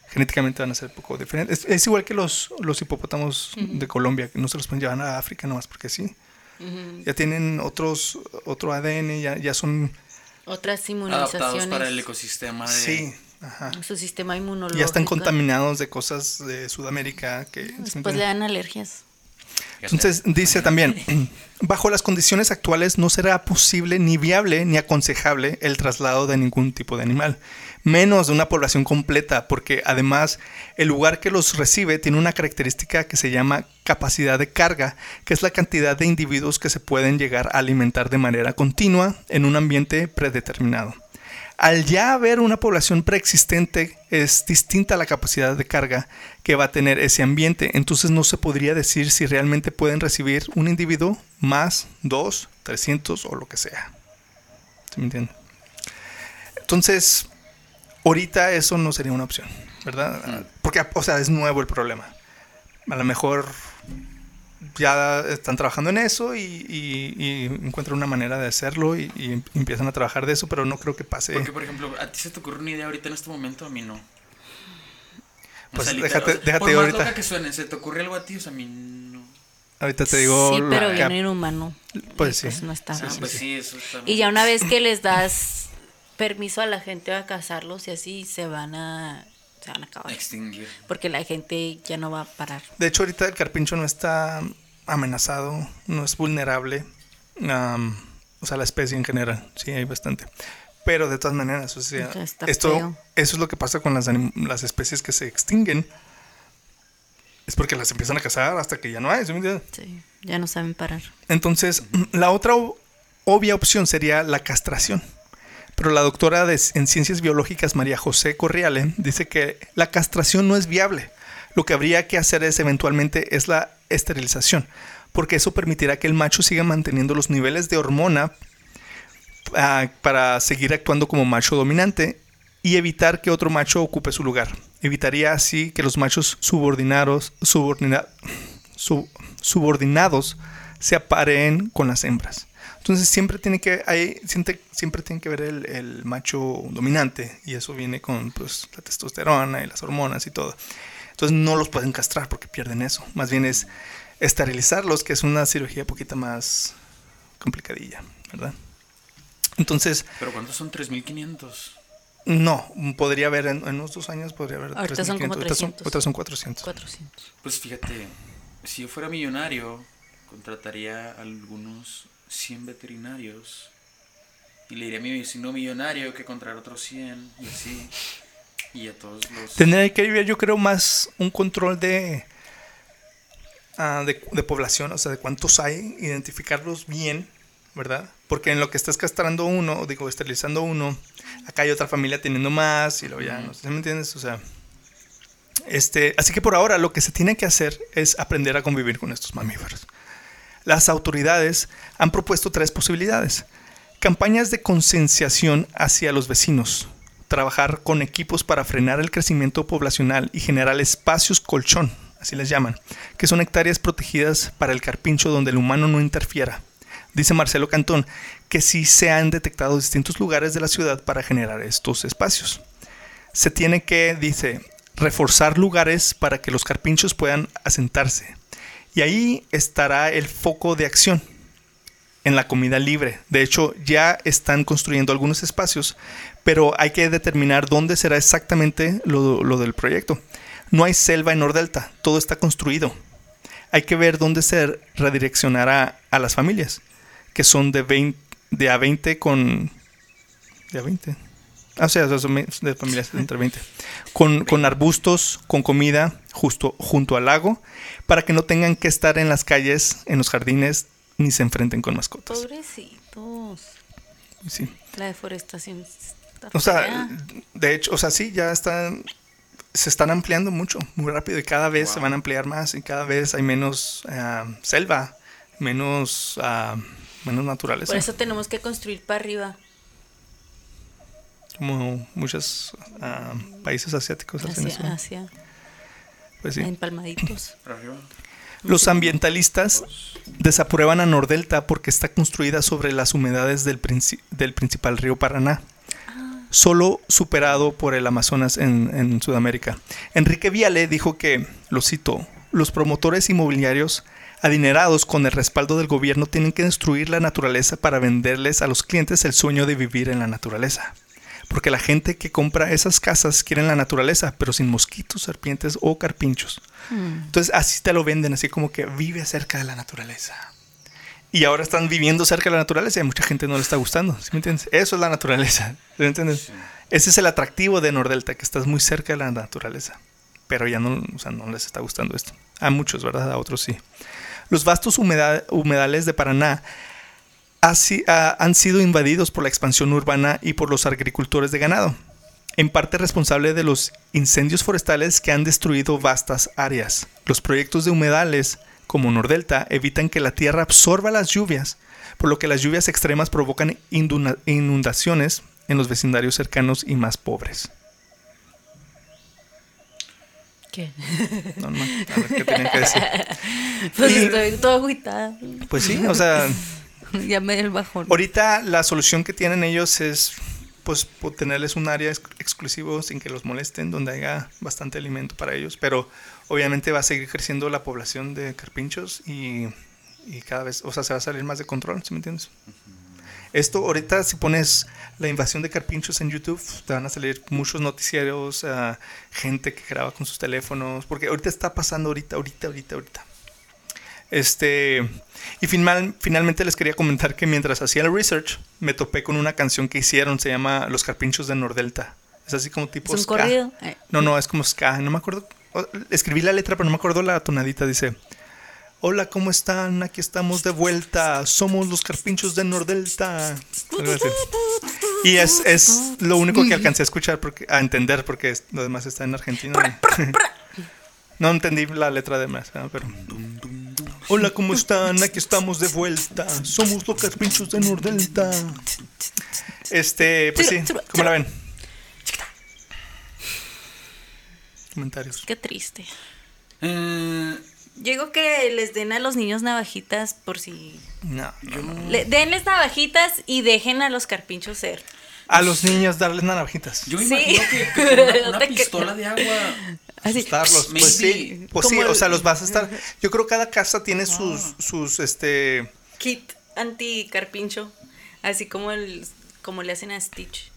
[SPEAKER 2] Genéticamente van a ser poco diferentes. Es, es igual que los, los hipopótamos de Colombia, que no se los pueden llevar a África nomás porque sí. Ya tienen otros, otro ADN, ya, ya son...
[SPEAKER 3] Otras
[SPEAKER 1] Adaptados
[SPEAKER 3] inmunizaciones.
[SPEAKER 1] para el ecosistema de.
[SPEAKER 2] Sí, ajá.
[SPEAKER 3] Su sistema inmunológico.
[SPEAKER 2] Ya están contaminados de cosas de Sudamérica que...
[SPEAKER 3] Después Pues le dan alergias.
[SPEAKER 2] Entonces dice también, bajo las condiciones actuales no será posible ni viable ni aconsejable el traslado de ningún tipo de animal, menos de una población completa, porque además el lugar que los recibe tiene una característica que se llama capacidad de carga, que es la cantidad de individuos que se pueden llegar a alimentar de manera continua en un ambiente predeterminado. Al ya haber una población preexistente, es distinta la capacidad de carga que va a tener ese ambiente. Entonces no se podría decir si realmente pueden recibir un individuo más, dos, 300 o lo que sea. ¿Sí me entienden? Entonces, ahorita eso no sería una opción, ¿verdad? Porque, o sea, es nuevo el problema. A lo mejor ya están trabajando en eso y, y- y encuentran una manera de hacerlo y, y empiezan a trabajar de eso, pero no creo que pase.
[SPEAKER 1] Porque, por ejemplo, a ti se te ocurre una idea ahorita en este momento, a mí no. O
[SPEAKER 2] Pues
[SPEAKER 1] sea,
[SPEAKER 2] déjate- déjate
[SPEAKER 1] por más
[SPEAKER 2] ahorita.
[SPEAKER 1] loca que suene, se te ocurre algo a ti, o sea, a mí no.
[SPEAKER 2] Ahorita te digo...
[SPEAKER 3] sí,
[SPEAKER 2] lo
[SPEAKER 3] pero
[SPEAKER 2] que-
[SPEAKER 3] viene en humano.
[SPEAKER 2] Pues
[SPEAKER 3] Y,
[SPEAKER 2] sí.
[SPEAKER 3] no está
[SPEAKER 1] Ah,
[SPEAKER 3] bien.
[SPEAKER 1] pues sí, eso está.
[SPEAKER 3] Y ya una vez que les das permiso a la gente a casarlos y así se van a se van a acabar.
[SPEAKER 1] Extinguir.
[SPEAKER 3] Porque la gente ya no va a parar.
[SPEAKER 2] De hecho, ahorita el carpincho no está amenazado, no es vulnerable. am, o sea, la especie en general, sí, hay bastante. Pero de todas maneras, o sea,
[SPEAKER 3] Entonces, está
[SPEAKER 2] esto,
[SPEAKER 3] feo.
[SPEAKER 2] eso es lo que pasa con las, anim- las especies que se extinguen. Es porque las empiezan a cazar hasta que ya no hay. ¿sí me entiendes?
[SPEAKER 3] Sí, ya no saben parar.
[SPEAKER 2] Entonces, la otra o- obvia opción sería la castración. Pero la doctora de- en ciencias biológicas María José Corriale dice que la castración no es viable. Lo que habría que hacer es eventualmente es la esterilización, porque eso permitirá que el macho siga manteniendo los niveles de hormona ah, para seguir actuando como macho dominante y evitar que otro macho ocupe su lugar. Evitaría así que los machos subordinados, subordina- su- subordinados se apareen con las hembras. Entonces siempre tiene que, hay, siempre, siempre tiene que ver el, el macho dominante y eso viene con pues, la testosterona y las hormonas y todo. Entonces no los pueden castrar porque pierden eso. Más bien es esterilizarlos, que es una cirugía poquita más complicadilla, ¿verdad? Entonces,
[SPEAKER 1] Pero ¿cuántos son 3.500?
[SPEAKER 2] no, podría haber en, en unos dos años, podría haber
[SPEAKER 3] Ahorita son
[SPEAKER 2] 3.500,
[SPEAKER 3] como
[SPEAKER 2] ahorita son-
[SPEAKER 3] 300.
[SPEAKER 2] ahorita son 400.
[SPEAKER 3] 400.
[SPEAKER 1] Pues fíjate, si yo fuera millonario, contrataría a algunos 100 veterinarios y le diría a mi vecino millonario que contratara otros 100 y así. Y a todos los.
[SPEAKER 2] Tendría que haber, yo creo, más un control de, ah, de, de población, o sea, de cuántos hay, identificarlos bien, ¿verdad? Porque en lo que estás castrando uno, digo, esterilizando uno, acá hay otra familia teniendo más y luego ya, no sé, ¿sí ¿me entiendes? O sea, este, así que por ahora lo que se tiene que hacer es aprender a convivir con estos mamíferos. Las autoridades han propuesto tres posibilidades. Campañas de concienciación hacia los vecinos. Trabajar con equipos para frenar el crecimiento poblacional y generar espacios colchón, así les llaman, que son hectáreas protegidas para el carpincho donde el humano no interfiera. Dice Marcelo Cantón que sí se han detectado distintos lugares de la ciudad para generar estos espacios se tiene que, dice, reforzar lugares para que los carpinchos puedan asentarse. Y ahí estará el foco de acción en la comida libre. De hecho, ya están construyendo algunos espacios, pero hay que determinar dónde será exactamente lo, lo del proyecto. No hay selva en Nordelta, todo está construido. Hay que ver dónde se redireccionará a las familias, que son de, 20, de a 20 con... De a 20. Ah, o sea, de fami- de familias de entre 20. Con, con arbustos, con comida, justo junto al lago, para que no tengan que estar en las calles, en los jardines, ni se enfrenten con mascotas.
[SPEAKER 3] Pobrecitos.
[SPEAKER 2] Sí.
[SPEAKER 3] La deforestación está
[SPEAKER 2] O sea,
[SPEAKER 3] fea.
[SPEAKER 2] de hecho, o sea, sí, ya están, se están ampliando mucho, muy rápido, y cada vez se
[SPEAKER 1] Wow.
[SPEAKER 2] van a ampliar más, y cada vez hay menos ah, selva, menos, ah, menos naturaleza.
[SPEAKER 3] Por eso tenemos que construir para arriba.
[SPEAKER 2] Como muchos ah, países asiáticos hacen eso.
[SPEAKER 3] Hacia, hacia
[SPEAKER 2] Pues sí.
[SPEAKER 3] empalmaditos.
[SPEAKER 1] para arriba.
[SPEAKER 2] Los ambientalistas desaprueban a Nordelta porque está construida sobre las humedades del, princi- del principal río Paraná, solo superado por el Amazonas en, en Sudamérica. Enrique Viale dijo que, lo cito, los promotores inmobiliarios adinerados con el respaldo del gobierno tienen que destruir la naturaleza para venderles a los clientes el sueño de vivir en la naturaleza. Porque la gente que compra esas casas quieren la naturaleza, pero sin mosquitos, serpientes o carpinchos. Entonces así te lo venden, así como que vive cerca de la naturaleza. Y ahora están viviendo cerca de la naturaleza y a mucha gente no le está gustando. ¿sí me entiendes? Eso es la naturaleza. ¿sí me entiendes? Ese es el atractivo de Nordelta, que estás muy cerca de la naturaleza. Pero ya no, o sea, no les está gustando esto. A muchos, ¿verdad? A otros sí. Los vastos humeda- humedales de Paraná ha si- ha- han sido invadidos por la expansión urbana y por los agricultores de ganado, en parte responsable de los incendios forestales que han destruido vastas áreas. Los proyectos de humedales, como Nordelta, evitan que la tierra absorba las lluvias, por lo que las lluvias extremas provocan induna- inundaciones en los vecindarios cercanos y más pobres.
[SPEAKER 3] ¿Qué?
[SPEAKER 2] No, no, a ver, ¿qué tenían que decir?
[SPEAKER 3] Pues
[SPEAKER 2] Y-
[SPEAKER 3] estoy toda agüitada.
[SPEAKER 2] Pues sí, o sea,
[SPEAKER 3] Ya me dio el bajón.
[SPEAKER 2] Ahorita la solución que tienen ellos es pues po- tenerles un área ex- exclusivo sin que los molesten, donde haya bastante alimento para ellos, pero obviamente va a seguir creciendo la población de carpinchos y, y cada vez, o sea, se va a salir más de control, ¿sí me entiendes? Esto ahorita si pones la invasión de carpinchos en YouTube, te van a salir muchos noticieros, ah, gente que graba con sus teléfonos, porque ahorita está pasando ahorita, ahorita, ahorita, ahorita. Este, y final- finalmente les quería comentar que mientras hacía el research, me topé con una canción que hicieron, se llama Los Carpinchos de Nordelta. Es así como tipo
[SPEAKER 3] ¿Es un
[SPEAKER 2] ska.
[SPEAKER 3] corrido? Eh.
[SPEAKER 2] No, no, es como ska, no me acuerdo. o- Escribí la letra, pero no me acuerdo la tonadita, dice... Hola, ¿cómo están? Aquí estamos de vuelta. Somos los carpinchos de Nordelta. Algo así. Y es, es lo único que alcancé a escuchar, porque, a entender, porque es- lo demás está en Argentina. No entendí la letra de más, ¿verdad? pero... Hola, ¿cómo están? Aquí estamos de vuelta. Somos los carpinchos de Nordelta. Este, pues sí, ¿cómo la ven? Comentarios.
[SPEAKER 3] Qué triste.
[SPEAKER 1] Eh,
[SPEAKER 3] Yo digo que les den a los niños navajitas por si.
[SPEAKER 2] No.
[SPEAKER 3] Le- denles navajitas y dejen a los carpinchos ser.
[SPEAKER 2] A los niños darles navajitas.
[SPEAKER 1] yo me
[SPEAKER 3] Sí.
[SPEAKER 1] imagino que, que con una,
[SPEAKER 3] No
[SPEAKER 1] una
[SPEAKER 3] te cre-
[SPEAKER 1] pistola de agua.
[SPEAKER 2] asustarlos.
[SPEAKER 1] Maybe.
[SPEAKER 2] Pues sí, pues sí,
[SPEAKER 3] Como
[SPEAKER 2] o sea,
[SPEAKER 3] el-
[SPEAKER 2] los vas a estar. Yo creo que cada casa tiene sus, sus, este,
[SPEAKER 3] Kit anti-carpincho. Así como, el, como le hacen a Stitch.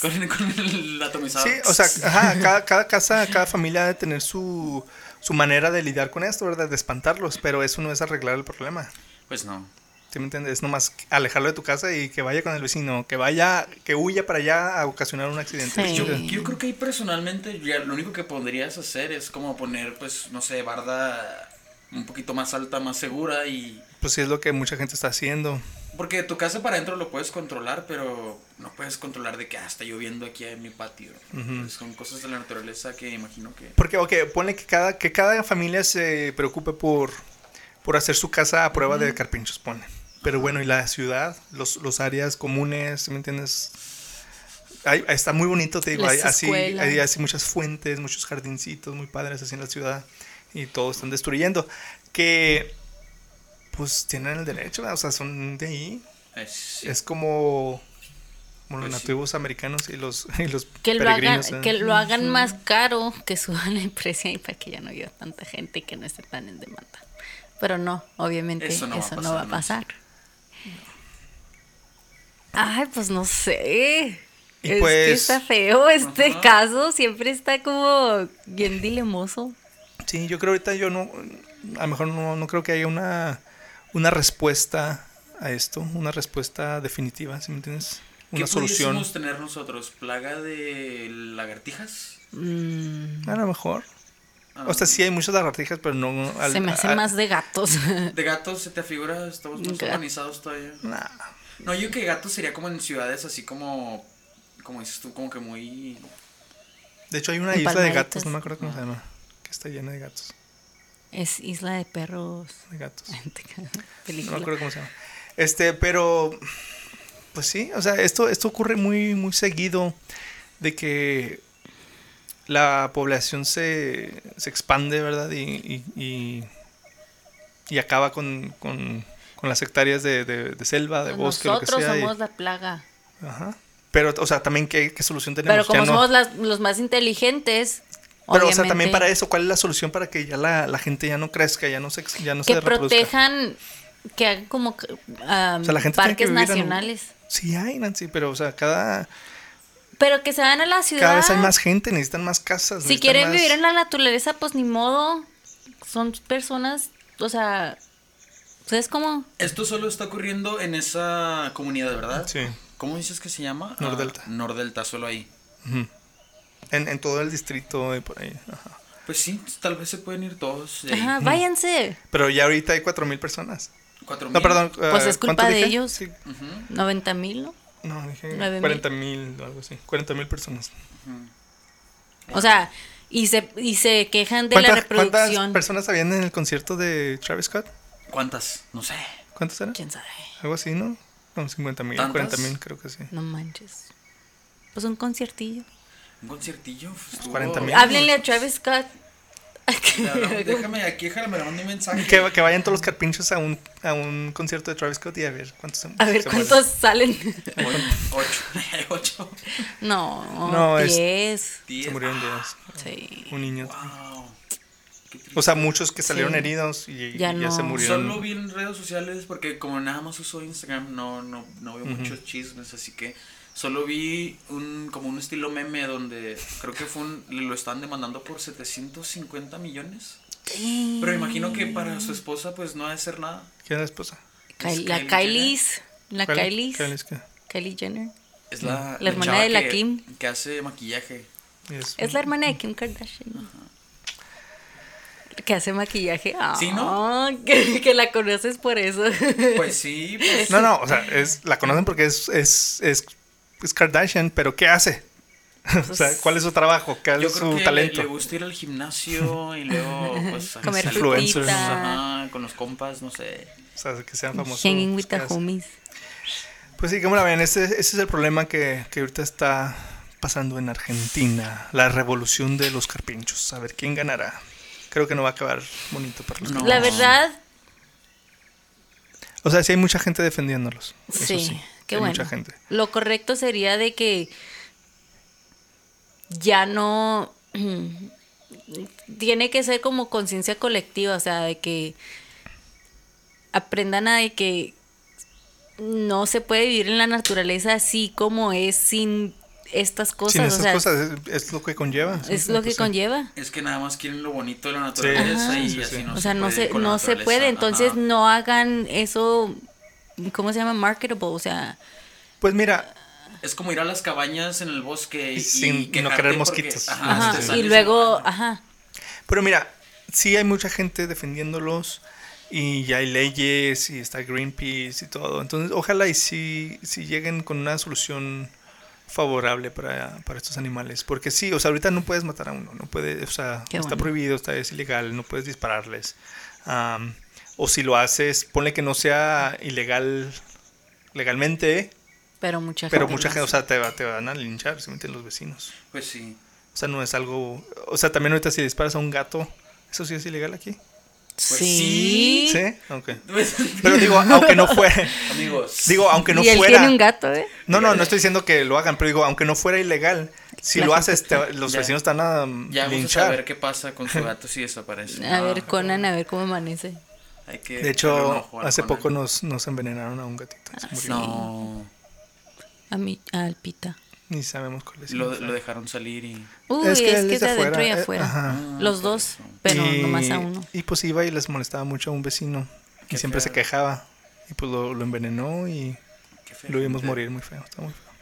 [SPEAKER 1] Con, con el atomizador.
[SPEAKER 2] sí, o sea, ajá, cada, cada casa, cada familia debe tener su, su manera de lidiar con esto, ¿verdad? De espantarlos, pero eso no es arreglar el problema.
[SPEAKER 1] Pues no.
[SPEAKER 2] ¿Sí me entiendes? Es nomás alejarlo de tu casa y que vaya con el vecino, que vaya, que huya para allá a ocasionar un accidente.
[SPEAKER 3] Sí.
[SPEAKER 1] Yo, yo creo que ahí personalmente ya lo único que podrías hacer es como poner, pues, no sé, barda un poquito más alta, más segura y...
[SPEAKER 2] Pues sí es lo que mucha gente está haciendo.
[SPEAKER 1] Porque de tu casa para adentro lo puedes controlar, pero no puedes controlar de que ah, está lloviendo aquí en mi patio. Pues son cosas de la naturaleza que imagino que...
[SPEAKER 2] Porque, ok, pone que cada, que cada familia se preocupe por, por hacer su casa a prueba de carpinchos, pone. Pero bueno, y la ciudad, los, los áreas comunes, ¿me entiendes? Ahí, ahí está muy bonito, te digo,
[SPEAKER 3] Las
[SPEAKER 2] hay así,
[SPEAKER 3] escuelas.
[SPEAKER 2] hay así muchas fuentes, muchos jardincitos muy padres así en la ciudad y todos están destruyendo. Que pues tienen el derecho, ¿verdad? o sea, son de ahí.
[SPEAKER 1] eh, sí.
[SPEAKER 2] Es como, como los
[SPEAKER 1] Pues sí.
[SPEAKER 2] nativos americanos y los, y los
[SPEAKER 3] Que lo, hagan,
[SPEAKER 2] peregrinos, ¿eh?
[SPEAKER 3] que lo hagan más caro, que suban el precio ahí para que ya no haya tanta gente y que no esté tan en demanda. Pero no, obviamente eso no, va, a
[SPEAKER 1] pasar, ¿no?
[SPEAKER 3] pasar. Ay, pues no sé.
[SPEAKER 2] Y
[SPEAKER 3] es que
[SPEAKER 2] pues-
[SPEAKER 3] está feo este
[SPEAKER 1] Ajá.
[SPEAKER 3] caso, siempre está como bien dilemoso.
[SPEAKER 2] Sí, yo creo ahorita yo no, a lo mejor no, no creo que haya una, una respuesta a esto, una respuesta definitiva, ¿sí me entiendes?
[SPEAKER 1] ¿Qué
[SPEAKER 2] Una solución.
[SPEAKER 1] pudiésemos tener nosotros? ¿Plaga de lagartijas?
[SPEAKER 3] Mm,
[SPEAKER 2] A lo mejor.
[SPEAKER 1] Ah,
[SPEAKER 2] O sea, sí hay muchas lagartijas, pero no... al-
[SPEAKER 3] Se me hacen
[SPEAKER 2] a-
[SPEAKER 3] más de gatos.
[SPEAKER 1] ¿De gatos se te afigura? Estamos más
[SPEAKER 3] Ga-
[SPEAKER 1] organizados todavía.
[SPEAKER 2] Nah.
[SPEAKER 1] No, yo digo que gatos sería como en ciudades así como... Como dices tú, como que muy...
[SPEAKER 2] De hecho, hay una
[SPEAKER 3] En
[SPEAKER 2] isla de
[SPEAKER 3] Palmaditas.
[SPEAKER 2] gatos, no me acuerdo cómo se llama, que está llena de gatos.
[SPEAKER 3] es Isla de Perros.
[SPEAKER 2] De gatos. No me
[SPEAKER 3] Película.
[SPEAKER 2] acuerdo cómo se llama. Este, pero pues sí, o sea, esto, esto ocurre muy, muy seguido de que la población se, se expande, ¿verdad? Y, y, y, y acaba con, con, con las hectáreas de, de- de selva, de bosque,
[SPEAKER 3] Pues Nosotros
[SPEAKER 2] lo que sea. y-
[SPEAKER 3] somos la plaga.
[SPEAKER 2] ajá. Pero, o sea, también, ¿qué, qué solución tenemos?
[SPEAKER 3] Pero como
[SPEAKER 2] Ya no-
[SPEAKER 3] somos las- los más inteligentes,
[SPEAKER 2] Pero, o sea, también
[SPEAKER 3] obviamente.
[SPEAKER 2] para eso, ¿cuál es la solución para que ya la, la gente ya no crezca, ya no se, ya no
[SPEAKER 3] que
[SPEAKER 2] se reproduzca?
[SPEAKER 3] protejan, que hagan como ah,
[SPEAKER 2] O sea, la gente tiene que
[SPEAKER 3] parques
[SPEAKER 2] vivir en un-
[SPEAKER 3] nacionales.
[SPEAKER 2] Sí hay, Nancy, pero, o sea, cada,
[SPEAKER 3] Pero que se van a la ciudad.
[SPEAKER 2] cada vez hay más gente, necesitan más casas.
[SPEAKER 3] Si
[SPEAKER 2] necesitan
[SPEAKER 3] quieren
[SPEAKER 2] más-
[SPEAKER 3] vivir en la naturaleza, pues ni modo. Son personas, o sea, ¿sabes cómo?
[SPEAKER 1] Esto solo está ocurriendo en esa comunidad, ¿verdad?
[SPEAKER 2] Sí.
[SPEAKER 1] ¿Cómo dices que se llama?
[SPEAKER 2] Nordelta.
[SPEAKER 1] Ah, Nordelta, solo ahí.
[SPEAKER 2] Ujú. En, en todo el distrito y por ahí. ajá.
[SPEAKER 1] Pues sí, tal vez se pueden ir todos. de ahí.
[SPEAKER 3] Ajá, váyanse.
[SPEAKER 2] Pero ya ahorita hay 4.000 personas.
[SPEAKER 1] Cuatro
[SPEAKER 2] No,
[SPEAKER 1] mil.
[SPEAKER 2] perdón.
[SPEAKER 3] Pues
[SPEAKER 2] eh,
[SPEAKER 3] es culpa
[SPEAKER 2] ¿cuánto
[SPEAKER 3] de
[SPEAKER 2] dije?
[SPEAKER 3] ellos.
[SPEAKER 2] Sí,
[SPEAKER 3] 90 mil, ¿no?
[SPEAKER 2] no, dije
[SPEAKER 3] Nueve mil.
[SPEAKER 2] 40.000 o algo así. 40.000 personas.
[SPEAKER 3] O sea, y se, y se quejan de la
[SPEAKER 2] ¿Cuántas, cuántas
[SPEAKER 3] reproducción.
[SPEAKER 2] personas habían en el concierto de Travis Scott?
[SPEAKER 1] ¿Cuántas? No sé.
[SPEAKER 2] ¿Cuántas eran?
[SPEAKER 3] ¿Quién sabe?
[SPEAKER 2] Algo así, ¿no? Como 50.000,
[SPEAKER 1] ¿Tantas?
[SPEAKER 2] 40.000, creo que sí.
[SPEAKER 3] No manches. Pues un conciertillo.
[SPEAKER 1] ¿Un conciertillo? Pues, estuvo-
[SPEAKER 2] 40,000.
[SPEAKER 3] Háblenle a Travis Scott.
[SPEAKER 1] Le hablamos, Déjame aquí, déjame, me mando un mensaje.
[SPEAKER 2] Que, que vayan todos los carpinchos a un, a un concierto de Travis Scott y a ver cuántos se
[SPEAKER 3] A ver
[SPEAKER 2] se
[SPEAKER 3] cuántos salen.
[SPEAKER 1] Ocho. Ocho. Ocho.
[SPEAKER 3] No,
[SPEAKER 2] No, es-
[SPEAKER 3] 10.
[SPEAKER 2] mueren.
[SPEAKER 1] Diez.
[SPEAKER 2] Se murieron dos.
[SPEAKER 3] Sí.
[SPEAKER 2] Un niño.
[SPEAKER 1] Wow. Qué triste.
[SPEAKER 2] O sea, muchos que salieron
[SPEAKER 3] Sí.
[SPEAKER 2] heridos y y
[SPEAKER 3] Ya
[SPEAKER 2] ya,
[SPEAKER 3] no.
[SPEAKER 2] se murieron.
[SPEAKER 1] Solo vi en redes sociales porque como nada más uso Instagram no, no, no veo muchos chismes, así que solo vi un como un estilo meme donde creo que fue un, lo están demandando por 750 millones. Pero imagino que para su esposa pues no ha de ser nada.
[SPEAKER 2] ¿Quién es la esposa?
[SPEAKER 3] Ky-
[SPEAKER 1] Es
[SPEAKER 3] la
[SPEAKER 1] Kylie
[SPEAKER 3] Kylie. La
[SPEAKER 2] ¿Cuál-
[SPEAKER 3] Kylie.
[SPEAKER 2] cuál es que-
[SPEAKER 3] Kylie Jenner.
[SPEAKER 1] Es la,
[SPEAKER 3] La hermana
[SPEAKER 1] chava
[SPEAKER 3] de la
[SPEAKER 1] que-
[SPEAKER 3] Kim.
[SPEAKER 1] que hace maquillaje.
[SPEAKER 2] es-
[SPEAKER 3] Es la hermana de Kim Kardashian. Que hace maquillaje.
[SPEAKER 1] ¿Sí,
[SPEAKER 3] Ah, Que, que la conoces por eso.
[SPEAKER 1] Pues sí, pues
[SPEAKER 2] No, no, o sea, es, la conocen porque es, es, es, es Kardashian, pero ¿qué hace? o
[SPEAKER 3] Pues
[SPEAKER 2] sea, ¿cuál es su trabajo? ¿Cuál
[SPEAKER 1] yo
[SPEAKER 2] es
[SPEAKER 1] creo
[SPEAKER 2] su
[SPEAKER 1] que
[SPEAKER 2] talento?
[SPEAKER 1] Le, le gusta ir al gimnasio y luego pues
[SPEAKER 3] Comer
[SPEAKER 1] salir
[SPEAKER 2] Influencer.
[SPEAKER 1] con-
[SPEAKER 3] frutita.
[SPEAKER 1] ajá, con los compas, no sé.
[SPEAKER 2] O sea, que sean famosos. pues,
[SPEAKER 3] Hanging with
[SPEAKER 2] ¿qué
[SPEAKER 3] the
[SPEAKER 2] hace?
[SPEAKER 3] homies.
[SPEAKER 2] Pues sí, como la ven, ese, ese es el problema que, que ahorita está pasando en Argentina, la revolución de los carpinchos. A ver quién ganará. Creo que no va a acabar bonito para los
[SPEAKER 1] No.
[SPEAKER 3] La verdad,
[SPEAKER 2] carpinchos. O sea, sí hay mucha gente defendiéndolos. eso
[SPEAKER 3] sí. Qué
[SPEAKER 2] hay
[SPEAKER 3] bueno.
[SPEAKER 2] Mucha gente.
[SPEAKER 3] Lo correcto sería de que ya no. Tiene que ser como conciencia colectiva, o sea, de que aprendan a de que no se puede vivir en la naturaleza así como es sin estas cosas.
[SPEAKER 2] Sin
[SPEAKER 3] o
[SPEAKER 2] estas
[SPEAKER 3] sea,
[SPEAKER 2] cosas es, es lo que conlleva. sí,
[SPEAKER 3] es lo que
[SPEAKER 2] pues sí.
[SPEAKER 3] conlleva.
[SPEAKER 1] Es que nada más quieren lo bonito de la naturaleza
[SPEAKER 2] Ajá.
[SPEAKER 1] y
[SPEAKER 2] Sí, sí,
[SPEAKER 1] así
[SPEAKER 2] sí.
[SPEAKER 1] no
[SPEAKER 3] o sea, no
[SPEAKER 1] puede
[SPEAKER 3] se,
[SPEAKER 1] con la
[SPEAKER 3] no se
[SPEAKER 1] naturaleza,
[SPEAKER 3] puede. Entonces
[SPEAKER 1] ajá.
[SPEAKER 3] no hagan eso, ¿cómo se llama? Marketable. O sea,
[SPEAKER 2] Pues mira,
[SPEAKER 1] Es como ir a las cabañas en el bosque y,
[SPEAKER 2] Sin-
[SPEAKER 1] y
[SPEAKER 2] no
[SPEAKER 1] quejarte
[SPEAKER 2] querer
[SPEAKER 1] porque-
[SPEAKER 2] mosquitos.
[SPEAKER 1] ajá,
[SPEAKER 3] ajá,
[SPEAKER 1] te
[SPEAKER 2] sí.
[SPEAKER 3] y
[SPEAKER 1] sales
[SPEAKER 3] luego,
[SPEAKER 1] mal.
[SPEAKER 3] ajá.
[SPEAKER 2] Pero mira, sí hay mucha gente defendiéndolos y ya hay leyes y está Greenpeace y todo. Entonces, ojalá y sí, sí lleguen con una solución favorable para, para estos animales. Porque sí, o sea, ahorita no puedes matar a uno, no puedes, o sea,
[SPEAKER 3] Qué
[SPEAKER 2] está
[SPEAKER 3] bueno.
[SPEAKER 2] prohibido, está, es ilegal, no puedes dispararles. Am, o si lo haces, ponle que no sea ilegal legalmente,
[SPEAKER 3] Pero mucha
[SPEAKER 2] pero
[SPEAKER 3] gente
[SPEAKER 2] mucha
[SPEAKER 3] lo
[SPEAKER 2] gente, o
[SPEAKER 3] hace.
[SPEAKER 2] sea, te, va- te van a linchar, se meten los vecinos.
[SPEAKER 1] Pues sí.
[SPEAKER 2] O sea, no es algo. O sea, también ahorita si disparas a un gato, ¿eso sí es ilegal aquí?
[SPEAKER 1] pues
[SPEAKER 3] sí.
[SPEAKER 2] Sí, aunque.
[SPEAKER 1] Pues,
[SPEAKER 2] Pero digo, aunque no fuera.
[SPEAKER 1] amigos.
[SPEAKER 2] Digo, aunque no
[SPEAKER 3] y él
[SPEAKER 2] fuera.
[SPEAKER 3] tiene un gato, ¿eh?
[SPEAKER 2] No, no, no estoy diciendo que lo hagan, pero digo, aunque no fuera ilegal, si
[SPEAKER 3] La
[SPEAKER 2] lo
[SPEAKER 3] gente
[SPEAKER 2] haces, te- los
[SPEAKER 1] Ya.
[SPEAKER 2] vecinos están a um,
[SPEAKER 1] ya vamos a
[SPEAKER 2] linchar.
[SPEAKER 1] ver qué pasa con su gato si desaparece.
[SPEAKER 3] A
[SPEAKER 1] Ah,
[SPEAKER 3] ver, Conan, a ver cómo amanece.
[SPEAKER 1] hay que
[SPEAKER 2] De
[SPEAKER 1] echarle un
[SPEAKER 2] hecho,
[SPEAKER 1] ojo al
[SPEAKER 2] hace
[SPEAKER 1] Conan.
[SPEAKER 2] poco nos, nos envenenaron a un gatito.
[SPEAKER 3] Ah,
[SPEAKER 2] se murió.
[SPEAKER 1] No.
[SPEAKER 3] A mi, a Alpita.
[SPEAKER 2] Ni sabemos cuál es.
[SPEAKER 1] Lo, lo dejaron salir y.
[SPEAKER 3] Uy, es que es,
[SPEAKER 2] él
[SPEAKER 3] de adentro y
[SPEAKER 2] eh,
[SPEAKER 3] afuera.
[SPEAKER 2] ajá.
[SPEAKER 3] Los dos, pero
[SPEAKER 2] Y-
[SPEAKER 3] nomás a uno.
[SPEAKER 2] Y pues iba y les molestaba mucho a un vecino.
[SPEAKER 1] Qué
[SPEAKER 2] y siempre
[SPEAKER 1] feo.
[SPEAKER 2] se quejaba. Y pues lo, lo envenenó y
[SPEAKER 1] qué feo.
[SPEAKER 2] Lo vimos morir muy feo, está muy feo.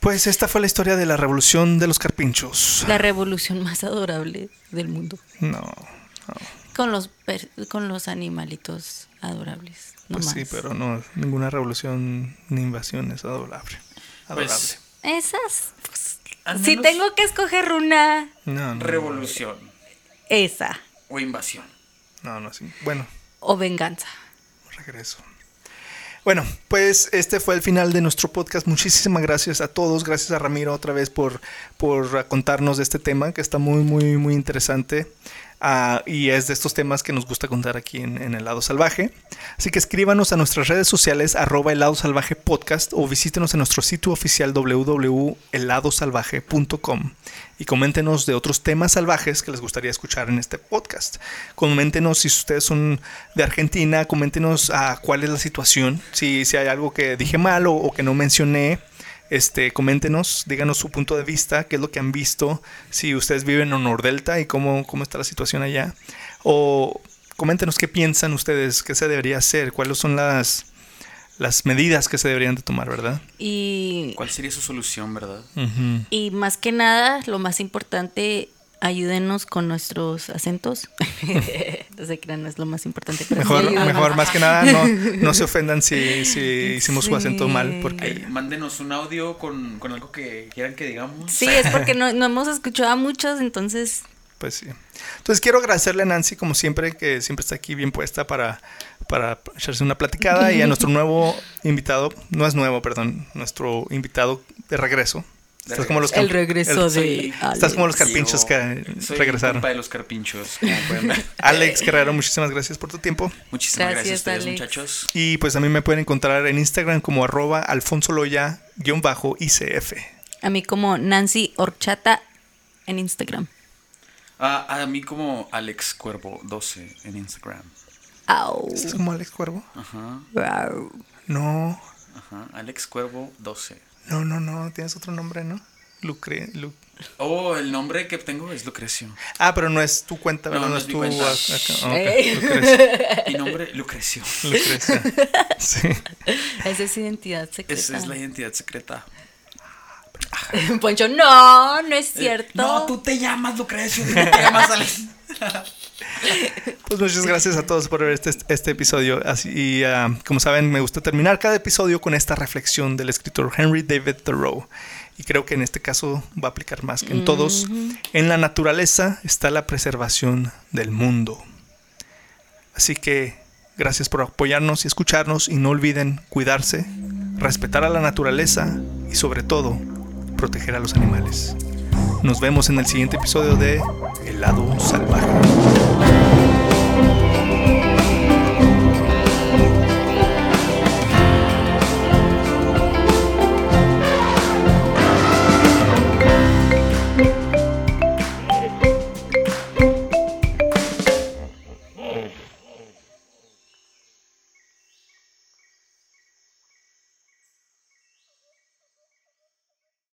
[SPEAKER 2] Pues esta fue la historia de la revolución de los carpinchos.
[SPEAKER 3] La revolución más adorable del mundo.
[SPEAKER 2] No,
[SPEAKER 3] Con los, per- con los animalitos adorables.
[SPEAKER 2] pues
[SPEAKER 3] nomás.
[SPEAKER 2] sí, pero no, ninguna revolución ni invasión es adorable. Adorable.
[SPEAKER 1] Pues,
[SPEAKER 3] Esas. pues,
[SPEAKER 1] Al
[SPEAKER 3] si
[SPEAKER 1] menos-
[SPEAKER 3] tengo que escoger una,
[SPEAKER 2] no, no,
[SPEAKER 1] Revolución
[SPEAKER 3] esa.
[SPEAKER 1] o invasión.
[SPEAKER 2] no, no, sí. Bueno,
[SPEAKER 3] O venganza.
[SPEAKER 2] regreso. Bueno, pues este fue el final de nuestro podcast. Muchísimas gracias a todos. Gracias a Ramiro otra vez por, por contarnos de este tema que está muy, muy, muy interesante. Ah, y es de estos temas que nos gusta contar aquí en, en El Lado Salvaje. Así que escríbanos a nuestras redes sociales, arroba El Lado Salvaje Podcast, o visítenos en nuestro sitio oficial www.eladosalvaje.com y coméntenos de otros temas salvajes que les gustaría escuchar en este podcast. Coméntenos si ustedes son de Argentina, coméntenos a cuál es la situación, si, si hay algo que dije mal o, o que no mencioné. Este, coméntenos, díganos su punto de vista, qué es lo que han visto, si ustedes viven en Nordelta y cómo, cómo está la situación allá. O coméntenos qué piensan ustedes, qué se debería hacer, cuáles son las, las medidas que se deberían de tomar, ¿verdad?
[SPEAKER 3] Y,
[SPEAKER 1] ¿Cuál sería su solución, verdad?
[SPEAKER 2] Ujú.
[SPEAKER 3] y más que nada, lo más importante, ayúdenos con nuestros acentos. no sé crean, no es lo más importante. pero sí
[SPEAKER 2] Mejor,
[SPEAKER 3] ayúdenos.
[SPEAKER 2] mejor más que nada, no, no se ofendan si, si hicimos su acento
[SPEAKER 3] Sí.
[SPEAKER 2] mal,
[SPEAKER 1] Ahí,
[SPEAKER 2] porque
[SPEAKER 1] mándenos un audio con, con algo que quieran que digamos.
[SPEAKER 3] Sí, es porque no, no hemos escuchado a muchos, entonces
[SPEAKER 2] Pues sí. Entonces quiero agradecerle a Nancy, como siempre, que siempre está aquí bien puesta para, para echarse una platicada. Y a nuestro nuevo invitado, no es nuevo, perdón, nuestro invitado de regreso.
[SPEAKER 1] De
[SPEAKER 2] Estás como los
[SPEAKER 3] el
[SPEAKER 2] camp-
[SPEAKER 3] regreso
[SPEAKER 2] el-
[SPEAKER 3] de
[SPEAKER 2] Estás como los
[SPEAKER 1] Alex.
[SPEAKER 2] carpinchos que eh,
[SPEAKER 1] Soy
[SPEAKER 2] regresaron.
[SPEAKER 1] compa de los carpinchos, como pueden ver.
[SPEAKER 2] Alex Guerrero, muchísimas gracias por tu tiempo.
[SPEAKER 1] Muchísimas gracias, a
[SPEAKER 3] Gracias,
[SPEAKER 1] ustedes,
[SPEAKER 3] Alex.
[SPEAKER 1] muchachos.
[SPEAKER 2] Y pues a mí me pueden encontrar en Instagram como arroba alfonso loya-icf.
[SPEAKER 3] A mí como Nancy Horchata en Instagram.
[SPEAKER 1] A, a mí como Alex Cuervo 12 en Instagram.
[SPEAKER 3] Au.
[SPEAKER 2] ¿Estás como Alex Cuervo?
[SPEAKER 1] Ajá,
[SPEAKER 3] Au.
[SPEAKER 2] No,
[SPEAKER 1] ajá. Alex Cuervo 12.
[SPEAKER 2] no, no, no. Tienes otro nombre, ¿no? Lucre, Lu-
[SPEAKER 1] Oh, el nombre que tengo es Lucrecio.
[SPEAKER 2] Ah, pero no es tu cuenta, ¿verdad?
[SPEAKER 1] No,
[SPEAKER 2] No,
[SPEAKER 1] no
[SPEAKER 2] es
[SPEAKER 1] es mi
[SPEAKER 2] tu.
[SPEAKER 1] cuenta.
[SPEAKER 2] ac- ac- ok,
[SPEAKER 3] Ey.
[SPEAKER 2] Lucrecia,
[SPEAKER 1] Mi nombre, Lucrecio.
[SPEAKER 2] Lucrecia. Sí.
[SPEAKER 3] Esa es identidad secreta.
[SPEAKER 1] Esa es la identidad secreta.
[SPEAKER 3] Poncho, no, no es cierto.
[SPEAKER 1] Eh, No, tú te llamas Lucrecio. tú te llamas Alex.
[SPEAKER 2] Pues muchas gracias a todos por ver este, este episodio. Así, y ah, como saben, me gusta terminar cada episodio con esta reflexión del escritor Henry David Thoreau. Y creo que en este caso va a aplicar más que en todos. En la naturaleza está la preservación del mundo. Así que gracias por apoyarnos y escucharnos. Y no olviden cuidarse, respetar a la naturaleza y sobre todo proteger a los animales. Nos vemos en el siguiente episodio de El lado salvaje.